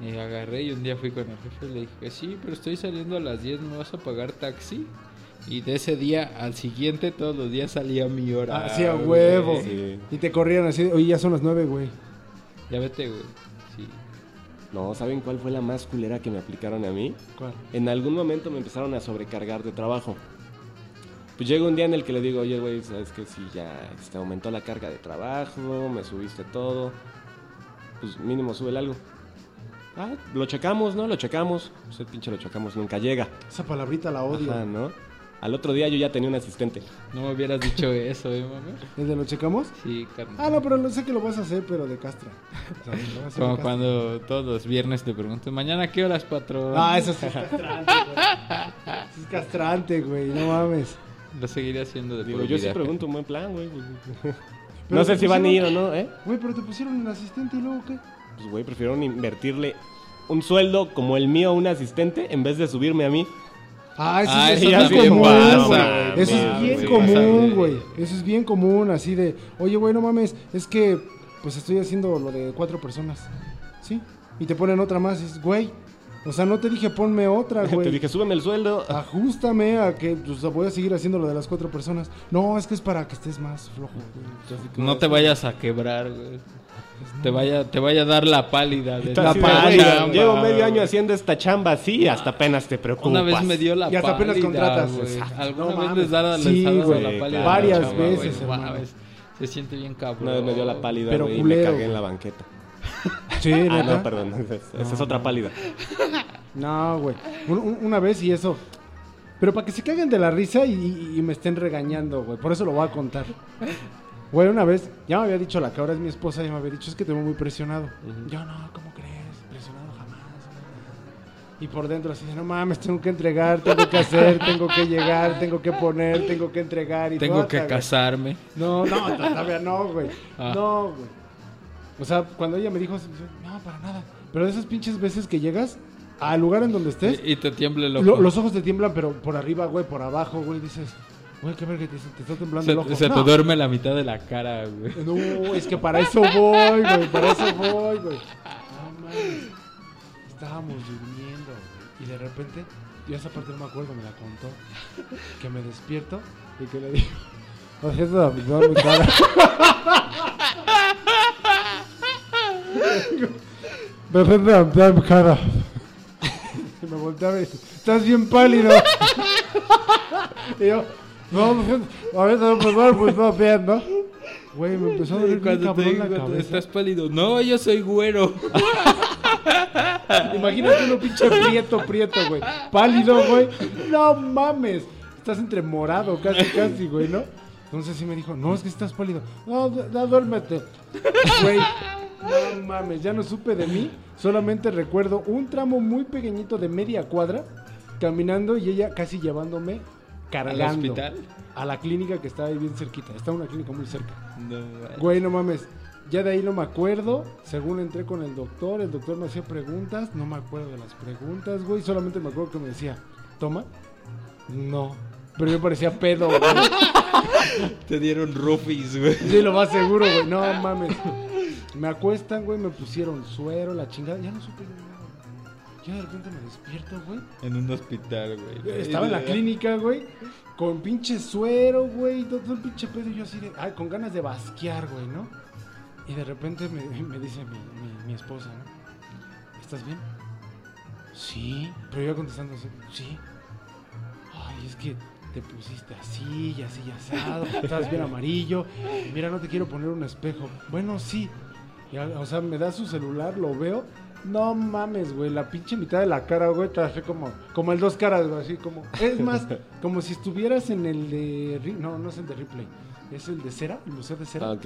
Speaker 3: Y agarré y un día fui con el jefe y le dije, sí, pero estoy saliendo a las 10, ¿me vas a pagar taxi? Y de ese día al siguiente todos los días salía mi hora.
Speaker 2: Ah, sí, a
Speaker 3: güey.
Speaker 2: huevo.
Speaker 4: Sí.
Speaker 2: Y te corrieron así, oye, ya son las nueve, güey.
Speaker 3: Ya vete, güey. Sí.
Speaker 4: No, ¿saben cuál fue la más culera que me aplicaron a mí?
Speaker 2: ¿Cuál?
Speaker 4: En algún momento me empezaron a sobrecargar de trabajo. Pues llega un día en el que le digo, oye, güey, ¿sabes qué? Si ya se te aumentó la carga de trabajo, me subiste todo, pues mínimo sube algo. Ah, lo checamos, ¿no? Lo checamos. Pues el pinche lo checamos, nunca llega.
Speaker 2: Esa palabrita la odio.
Speaker 4: Ajá, ¿no? Al otro día yo ya tenía un asistente.
Speaker 3: No me hubieras dicho eso, ¿eh, mami?
Speaker 2: ¿Desde lo checamos?
Speaker 3: Sí,
Speaker 2: Ah,
Speaker 3: carnal.
Speaker 2: no, pues, pero lo sé que lo vas a hacer, pero de castra. O sea, lo vas a hacer
Speaker 3: Como
Speaker 2: de castra.
Speaker 3: cuando todos los viernes te preguntan, ¿mañana qué horas, patrón?
Speaker 2: Ah, eso sí es castrante, güey. Sí es castrante, güey, no mames.
Speaker 3: Lo seguiré haciendo de
Speaker 4: Digo,
Speaker 3: por
Speaker 4: yo sí
Speaker 3: vida,
Speaker 4: pregunto un buen plan, güey. pues.
Speaker 2: Pero
Speaker 4: no sé
Speaker 2: te
Speaker 4: si van a ir o
Speaker 2: pusieron-
Speaker 4: no, ¿eh?
Speaker 2: Güey, pero te pusieron el asistente y luego qué?
Speaker 4: Pues, güey, prefirieron invertirle un sueldo como el mío a un asistente en vez de subirme a mí.
Speaker 2: Ah, eso,
Speaker 3: Ah,
Speaker 2: es-
Speaker 3: eso
Speaker 2: eso es
Speaker 3: también
Speaker 2: común,
Speaker 3: pasa,
Speaker 2: güey. Eso es
Speaker 3: mames,
Speaker 2: bien
Speaker 3: güey.
Speaker 2: común, güey.
Speaker 3: Pasa de-
Speaker 2: Eso es bien común, así de, oye, güey, no mames, es que pues estoy haciendo lo de cuatro personas. ¿Sí? Y te ponen otra más, es, güey. O sea, no te dije ponme otra,
Speaker 4: Te
Speaker 2: Ah, güey. Ah,
Speaker 4: dije, súbeme el sueldo.
Speaker 2: Ajustame a que pues, voy a seguir haciendo lo de las cuatro personas. No, es que es para que estés más flojo, güey.
Speaker 3: No te vayas a quebrar, güey. Te vaya, te vaya a dar la pálida. De
Speaker 4: Así de,
Speaker 3: la
Speaker 4: "Güey,
Speaker 3: chamba,
Speaker 4: Llevo medio año
Speaker 3: güey".
Speaker 4: haciendo esta chamba así, hasta apenas te preocupas.
Speaker 3: Una vez me dio la
Speaker 2: Y hasta apenas
Speaker 3: pálida,
Speaker 2: contratas,
Speaker 3: güey.
Speaker 2: exacto.
Speaker 3: Alguna
Speaker 2: No
Speaker 3: vez
Speaker 2: mames.
Speaker 3: les da la, les
Speaker 2: Sí,
Speaker 3: ha dado
Speaker 2: güey,
Speaker 3: la pálida. a la
Speaker 2: varias
Speaker 3: chamba, güey,
Speaker 2: veces,
Speaker 3: no
Speaker 2: hermano.
Speaker 3: mames. Se siente bien cabrón.
Speaker 4: Una vez me dio la pálida,
Speaker 2: Pero
Speaker 4: güey, y me
Speaker 2: culero,
Speaker 4: cagué en
Speaker 2: güey.
Speaker 4: la banqueta.
Speaker 2: Sí,
Speaker 4: Ah,
Speaker 2: neta.
Speaker 4: no, perdón. Esa esa es otra pálida.
Speaker 2: No, güey. Un- un- una vez y eso. Pero para que se caguen de la risa y, y- y me estén regañando, güey. Por eso lo voy a contar. Güey, una vez, ya me había dicho la que ahora es mi esposa, ya me había dicho, es que te veo muy presionado. Yo no, ¿cómo crees? Presionado jamás. güey". Y por dentro así, de, no mames, tengo que entregar, tengo que hacer, tengo que llegar, tengo que poner, tengo que entregar. Y
Speaker 3: Tengo
Speaker 2: puta,
Speaker 3: que
Speaker 2: güey.
Speaker 3: casarme.
Speaker 2: No, no, no, todavía no, güey.
Speaker 3: Ah.
Speaker 2: No, güey. O sea, cuando ella me dijo, eso, yo, no, para nada. Pero de esas pinches veces que llegas al lugar en donde estés,
Speaker 3: Y, y te tiemble el ojo.
Speaker 2: lo- los ojos te tiemblan, pero por arriba, güey, por abajo, güey, dices, güey, qué verga, te, te está temblando
Speaker 3: se,
Speaker 2: el ojo.
Speaker 3: se
Speaker 2: no.
Speaker 3: te duerme la mitad de la cara, güey.
Speaker 2: No, es que para eso voy, güey, para eso voy, güey. No mames. Estábamos durmiendo, güey. Y de repente, yo esa parte no me acuerdo, me la contó. Que me despierto y que le digo. Lo siento, la mitad de mi cara. Lo siento, la mitad de mi cara. Y me volteaba y dice, estás bien pálido. y yo, no, lo siento, ahorita no puedo, pues no, bien, ¿no? Güey, me empezó a doler
Speaker 3: Y
Speaker 2: bien
Speaker 3: Cuando te
Speaker 2: cabrón la
Speaker 3: digo,
Speaker 2: cabeza.
Speaker 3: estás pálido. No, yo soy güero.
Speaker 2: Imagínate uno pinche prieto, prieto, güey. Pálido, güey. No mames. Estás entre morado, casi, casi, güey, ¿no? Entonces sí me dijo, no, es que estás pálido. No, du- no, duérmete. Güey, no mames, ya no supe de mí. Solamente recuerdo un tramo muy pequeñito de media cuadra caminando y ella casi llevándome cargando.
Speaker 3: hospital?
Speaker 2: A la clínica que estaba ahí bien cerquita. Está una clínica muy cerca.
Speaker 3: No, mames.
Speaker 2: Güey, no mames. Ya de ahí no me acuerdo. Según entré con el doctor, el doctor me hacía preguntas. No me acuerdo de las preguntas, güey. Solamente me acuerdo que me decía, toma. No. Pero yo parecía pedo, güey.
Speaker 3: Te dieron roofies, güey.
Speaker 2: Sí, lo más seguro, güey. No mames. Me acuestan, güey. Me pusieron suero, la chingada. Ya no supe de nada. güey. Ya de repente me despierto, güey.
Speaker 3: En un hospital, güey.
Speaker 2: Estaba en la clínica, güey. Con pinche suero, güey. y Todo, todo el pinche pedo. Y yo así de. Ay, con ganas de basquear, güey, ¿no? Y de repente me, me dice mi, mi- mi esposa, ¿no? ¿Estás bien? Sí. Pero yo contestando, así, sí. Ay, es que te pusiste así y así y asado. Estás bien amarillo. y Mira, no te quiero poner un espejo. Bueno, sí. Y, o sea, me da su celular, lo veo. No mames, güey, la pinche mitad de la cara, güey, te hace como, como el dos caras, güey, así como. Es más, como si estuvieras en el de. Ri- No, no es el de Ripley. Es el de cera, el museo de cera.
Speaker 4: Ah, ok.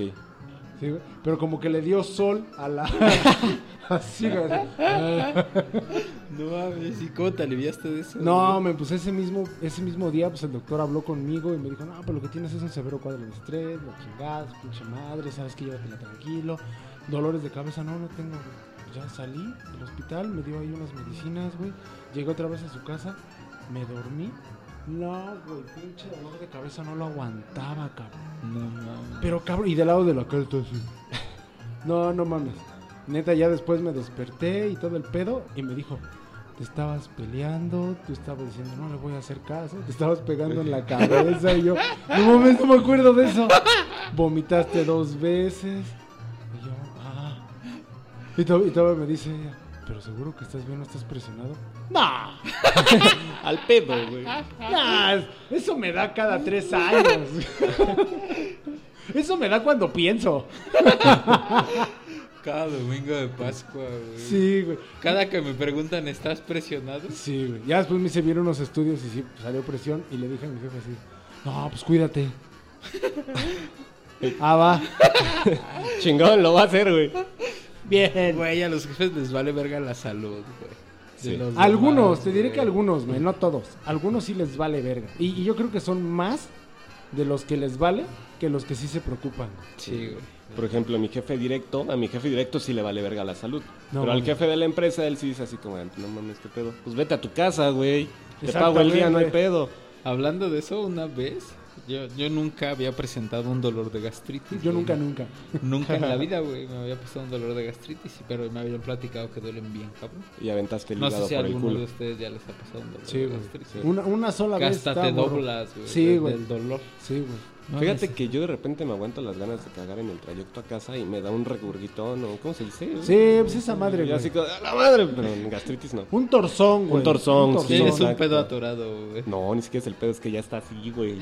Speaker 2: Sí, güey, pero como que le dio sol a la. Así, güey.
Speaker 3: No mames, ¿y cómo te aliviaste de eso?
Speaker 2: No, me pues ese mismo, ese mismo día, pues el doctor habló conmigo y me dijo, no, pues pero lo que tienes es un severo cuadro de estrés, la chingada, su pinche madre, sabes que llévatela tranquilo. Dolores de cabeza, no, no tengo. güey. Ya salí del hospital, me dio ahí unas medicinas, güey. Llegué otra vez a su casa, me dormí. No, güey, pinche dolor de cabeza no lo aguantaba, cabrón.
Speaker 3: No mames.
Speaker 2: Pero cabrón, y del lado de la cara está así. No, no mames. Neta, ya después me desperté y todo el pedo y me dijo, te estabas peleando, tú estabas diciendo, no le voy a hacer caso, te estabas pegando en la cabeza y yo, no mames, no me acuerdo de eso. Vomitaste dos veces. Y yo, ah. Y to- y todavía me dice, ella, pero seguro que estás bien, no estás presionado. No,
Speaker 4: Al pedo, güey.
Speaker 2: no, eso me da cada tres años. Eso me da cuando pienso.
Speaker 3: Cada domingo de Pascua, güey.
Speaker 2: Sí, güey.
Speaker 3: Cada que me preguntan, ¿estás presionado?
Speaker 2: Sí, güey. Ya después me hice bien unos estudios y sí, pues, salió presión. Y le dije a mi jefe así: No, pues cuídate. ah, va.
Speaker 4: Chingón, lo va a hacer, güey.
Speaker 2: Bien.
Speaker 3: Güey, a los jefes les vale verga la salud, güey. De
Speaker 4: Sí.
Speaker 3: los
Speaker 2: Algunos,
Speaker 3: demás,
Speaker 2: te diré que
Speaker 3: güey.
Speaker 2: algunos, güey, no todos. Algunos sí les vale verga. Y, y yo creo que son más de los que les vale que los que sí se preocupan.
Speaker 3: Sí, güey.
Speaker 4: Por ejemplo, mi jefe directo, a mi jefe directo sí le vale verga la salud.
Speaker 2: No,
Speaker 4: pero al
Speaker 2: mames.
Speaker 4: jefe de la empresa, él sí dice así como, no mames, qué pedo. Pues vete a tu casa, güey. Te
Speaker 2: Exactamente.
Speaker 4: pago el día, no hay pedo.
Speaker 3: Hablando de eso, una vez, yo, yo nunca había presentado un dolor de gastritis.
Speaker 2: Yo
Speaker 3: güey.
Speaker 2: nunca, nunca.
Speaker 3: Nunca en la vida, güey, me había pasado un dolor de gastritis, pero me habían platicado que duelen bien, cabrón.
Speaker 4: Y aventaste el
Speaker 3: No sé
Speaker 4: hígado
Speaker 3: si a
Speaker 4: por el
Speaker 3: alguno de
Speaker 4: culo.
Speaker 3: ustedes ya les ha pasado un dolor
Speaker 2: Sí,
Speaker 3: de
Speaker 2: güey.
Speaker 3: gastritis.
Speaker 2: Una, una sola
Speaker 3: Que
Speaker 2: vez.
Speaker 3: hasta
Speaker 2: estaba
Speaker 3: te
Speaker 2: borracho.
Speaker 3: doblas, güey,
Speaker 2: Sí,
Speaker 3: de-
Speaker 2: güey.
Speaker 3: del dolor.
Speaker 2: Sí, güey.
Speaker 4: Fíjate que yo de repente me aguanto las ganas de cagar en el trayecto a casa y me da un regurgitón o ¿cómo se dice?
Speaker 2: Sí, pues esa madre,
Speaker 4: Y
Speaker 2: güey.
Speaker 4: así como, "A la madre, pero en gastritis no.
Speaker 2: Un torzón, güey.
Speaker 4: torzón, sí.
Speaker 3: Tienes un
Speaker 4: Exacto.
Speaker 3: pedo atorado, güey.
Speaker 4: No, ni siquiera es el pedo, es que ya está así, güey.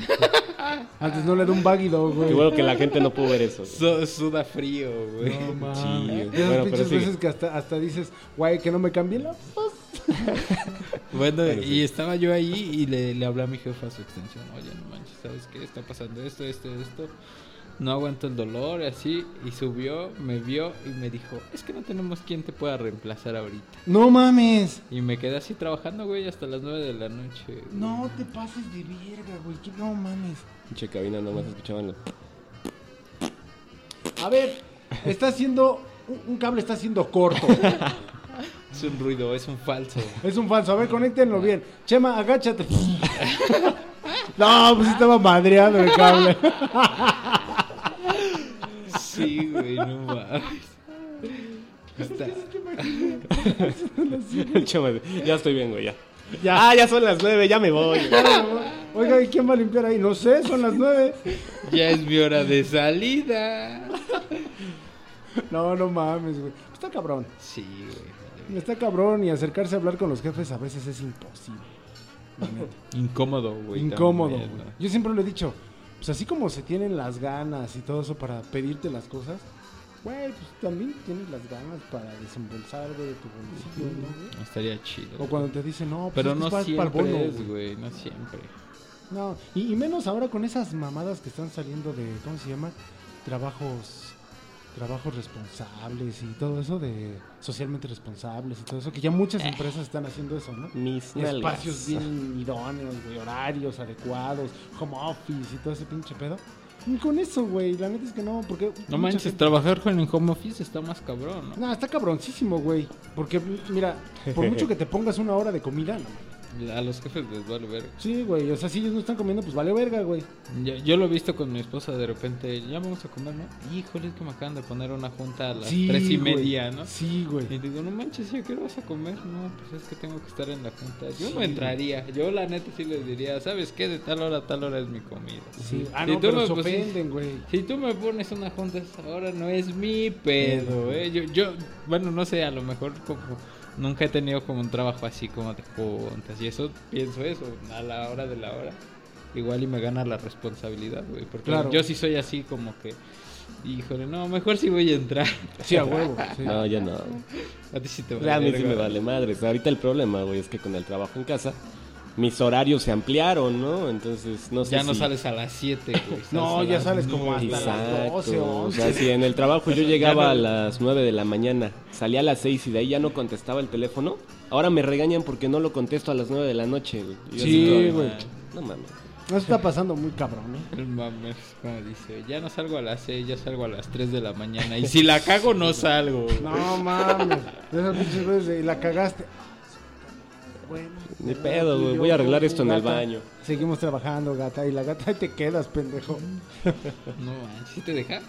Speaker 2: Antes no le da un váguido, güey.
Speaker 4: Qué bueno que la gente no pudo ver eso.
Speaker 3: Su-
Speaker 4: güey.
Speaker 3: suda frío, güey.
Speaker 2: No mames.
Speaker 4: Sí, güey.
Speaker 2: De esas
Speaker 4: Bueno,
Speaker 2: pinches
Speaker 4: pero sigue.
Speaker 2: veces que hasta, hasta dices, güey, que no me cambie la voz.
Speaker 3: Bueno,
Speaker 4: Pero
Speaker 3: y
Speaker 4: sí.
Speaker 3: estaba yo ahí y le, le hablé a mi jefa a su extensión. Oye, no manches, ¿sabes qué? Está pasando esto, esto, esto. No aguanto el dolor, y así. Y subió, me vio y me dijo, es que no tenemos quien te pueda reemplazar ahorita.
Speaker 2: No mames.
Speaker 3: Y me quedé así trabajando, güey, hasta las 9 de la noche. güey.
Speaker 2: No te pases de verga, güey. que No mames.
Speaker 4: Pinche cabina, nomás escuchaban. lo-
Speaker 2: A ver, está haciendo. Un un cable está haciendo corto.
Speaker 3: Es un ruido, es un falso.
Speaker 2: Es un falso. A ver, conéctenlo bien. Chema, agáchate. No, pues estaba madreado el cable.
Speaker 3: Sí, güey, no mames. Está-
Speaker 4: El chavo de, ya estoy bien, güey, ya.
Speaker 2: Ya.
Speaker 4: Ah, ya son las nueve, ya me voy.
Speaker 2: Oiga, ¿y quién va a limpiar ahí? No sé, son las nueve.
Speaker 3: Ya es mi hora de salida.
Speaker 2: No, no mames, güey. Pues Está cabrón.
Speaker 3: Sí, güey.
Speaker 2: Está cabrón y acercarse a hablar con los jefes a veces es imposible. La neta.
Speaker 3: Incómodo, güey.
Speaker 2: Incómodo.
Speaker 3: también,
Speaker 2: güey.
Speaker 3: ¿no?
Speaker 2: Yo siempre lo he dicho, pues así como se tienen las ganas y todo eso para pedirte las cosas, güey, pues también tienes las ganas para desembolsar algo de tu bolsillo, ¿no? güey?
Speaker 3: Estaría chido.
Speaker 2: O cuando te dicen, no, pues
Speaker 3: Pero
Speaker 2: es que
Speaker 3: no
Speaker 2: es para- para el
Speaker 3: siempre
Speaker 2: bono,
Speaker 3: es,
Speaker 2: güey.
Speaker 3: güey, no siempre.
Speaker 2: No, y, y menos ahora con esas mamadas que están saliendo de, ¿cómo se llama? Trabajos trabajos responsables y todo eso de socialmente responsables y todo eso que ya muchas
Speaker 3: Eh.
Speaker 2: empresas están haciendo eso, ¿no?
Speaker 4: Mis
Speaker 2: espacios bien idóneos, güey, horarios adecuados, home office y todo ese pinche pedo. Y con eso, güey, la neta es que no, porque... mucha
Speaker 3: No manches,
Speaker 2: gente-
Speaker 3: trabajar con el home office está más cabrón, ¿no?
Speaker 2: No, está cabroncísimo, güey. Porque, mira, por mucho que te pongas una hora de comida, no.
Speaker 3: A los jefes les vale verga.
Speaker 2: Sí, güey, o sea, si ellos no están comiendo, pues vale verga, güey.
Speaker 3: Yo, yo lo he visto con mi esposa de repente, ya vamos a comer, ¿no? Híjole, es que me acaban de poner una junta a las
Speaker 2: Sí,
Speaker 3: tres y
Speaker 2: güey.
Speaker 3: media, ¿no?
Speaker 2: Sí, güey.
Speaker 3: Y digo, no manches, ¿yo qué hora vas a comer? No, pues es que tengo que estar en la junta. Yo no entraría. Yo la neta sí les diría, ¿sabes qué? De tal hora a tal hora es mi comida.
Speaker 2: Sí. Ah,
Speaker 3: Y pues
Speaker 2: no,
Speaker 3: tú
Speaker 2: pero
Speaker 3: me
Speaker 2: se
Speaker 3: pusiste-
Speaker 2: ofenden, güey.
Speaker 3: Si tú me pones una junta ahora no es mi pedo, ¿eh? Yo, yo, bueno, no sé, a lo mejor como nunca he tenido como un trabajo así como de juntas y eso, pienso eso, a la hora de la hora. Igual y me gana la responsabilidad, güey, porque
Speaker 2: Claro.
Speaker 3: yo sí soy así como que, híjole, no, mejor sí voy a entrar.
Speaker 2: Sí, a huevo. sí.
Speaker 4: No, ya no.
Speaker 3: A ti sí te
Speaker 4: Ya a mí sí
Speaker 3: verga.
Speaker 4: me vale madres. Ahorita el problema, güey, es que con el trabajo en casa, mis horarios se ampliaron, ¿no? Entonces, no sé
Speaker 3: Ya no
Speaker 4: si-
Speaker 3: sales a las 7, güey.
Speaker 2: No,
Speaker 3: a
Speaker 2: ya
Speaker 3: las
Speaker 2: sales como hasta
Speaker 3: nueve.
Speaker 2: las 12,
Speaker 4: Exacto. O
Speaker 2: 11.
Speaker 4: sea, si en el trabajo yo
Speaker 3: Ya
Speaker 4: llegaba
Speaker 3: no-
Speaker 4: a las 9 de la mañana, salía a las 6 y de ahí ya no contestaba el teléfono, ahora me regañan porque no lo contesto a las 9 de la noche. güey. Y
Speaker 2: Sí,
Speaker 4: yo así como,
Speaker 2: güey.
Speaker 4: No mames.
Speaker 2: No está pasando muy cabrón, ¿eh?
Speaker 3: El mames, como dice, ya no salgo a las 6, ya salgo a las 3 de la mañana. Y si la cago, no salgo. güey.
Speaker 2: No mames. De esas pinches veces de, la cagaste. Bueno,
Speaker 4: Ni pedo, güey, voy a arreglar esto en el
Speaker 2: Gata,
Speaker 4: baño.
Speaker 2: Seguimos trabajando, gata. Y la gata ahí te quedas, pendejo.
Speaker 3: No manches, ¿sí te deja?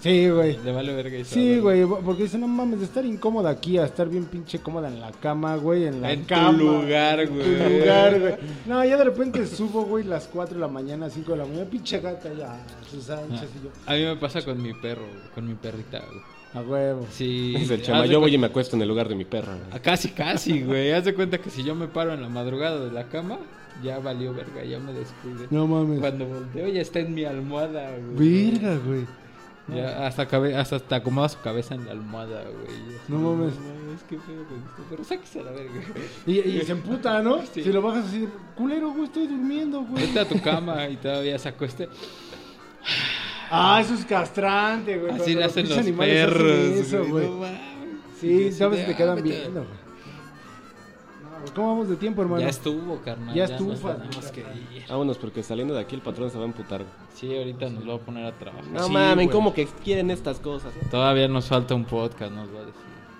Speaker 2: Sí, güey.
Speaker 3: Le vale verga y se
Speaker 2: Sí,
Speaker 3: va a
Speaker 2: güey. Porque dice, no mames, de estar incómoda aquí a estar bien pinche cómoda en la cama, güey. En la
Speaker 3: dormir. En
Speaker 2: cama.
Speaker 3: tu lugar,
Speaker 2: En
Speaker 3: güey.
Speaker 2: tu lugar, güey. No, ya de repente subo, güey, las 4 de la mañana, 5 de la mañana. Pinche gata ya. Sus anchas y yo.
Speaker 3: A mí me pasa con mi perro, güey, con mi perrita, güey.
Speaker 2: A huevo.
Speaker 3: Sí.
Speaker 4: Es el
Speaker 3: haz
Speaker 4: chama,
Speaker 3: de
Speaker 4: yo
Speaker 3: cu-
Speaker 4: voy y me acuesto en el lugar de mi perra. güey.
Speaker 3: Ah, Casi, casi, güey. Haz de cuenta que si yo me paro en la madrugada de la cama, ya valió verga, ya me descuidé.
Speaker 2: No mames.
Speaker 3: Cuando volteo ya está en mi almohada, güey.
Speaker 2: Verga, güey.
Speaker 3: Ya hasta, cabe, hasta, hasta acomodaba su cabeza en la almohada, güey. Yo así,
Speaker 2: No mames.
Speaker 3: mames, qué pedo con esto. Pero sáquese a la verga.
Speaker 2: Y, y se emputa, ¿no?
Speaker 3: Sí.
Speaker 2: Si lo bajas así, culero, güey, estoy durmiendo, güey.
Speaker 3: Vete a tu cama y todavía se acueste.
Speaker 2: Ah, eso es castrante, güey.
Speaker 3: Así
Speaker 2: cuando
Speaker 3: le hacen los
Speaker 2: pinches animales hacen
Speaker 3: perros,
Speaker 2: eso,
Speaker 3: güey.
Speaker 2: güey.
Speaker 3: No mames. Y
Speaker 2: Sí,
Speaker 3: así
Speaker 2: sabes,
Speaker 3: de,
Speaker 2: te
Speaker 3: ah,
Speaker 2: quedan
Speaker 3: vete.
Speaker 2: viendo, güey. No, güey, ¿Cómo vamos de tiempo, hermano?
Speaker 3: Ya estuvo, carnal.
Speaker 2: Ya
Speaker 3: no
Speaker 2: estuvo,
Speaker 3: está nada
Speaker 2: padre.
Speaker 3: más que ir.
Speaker 4: Vámonos, porque saliendo de aquí el patrón se va a emputar. güey.
Speaker 3: Sí, ahorita nos lo va a poner a trabajar.
Speaker 4: No
Speaker 2: Sí,
Speaker 4: mamen,
Speaker 2: güey.
Speaker 4: ¿cómo que quieren estas cosas? eh?
Speaker 3: Todavía nos falta un podcast, nos va a decir.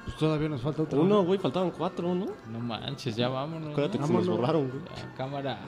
Speaker 2: Pues todavía nos falta otro.
Speaker 4: Uno, güey, faltaban cuatro, ¿no?
Speaker 3: No manches, ya vámonos.
Speaker 4: Acuérdate que
Speaker 3: ¿no?
Speaker 4: se nos
Speaker 2: Vámonos.
Speaker 4: borraron, güey.
Speaker 3: Ya, cámara.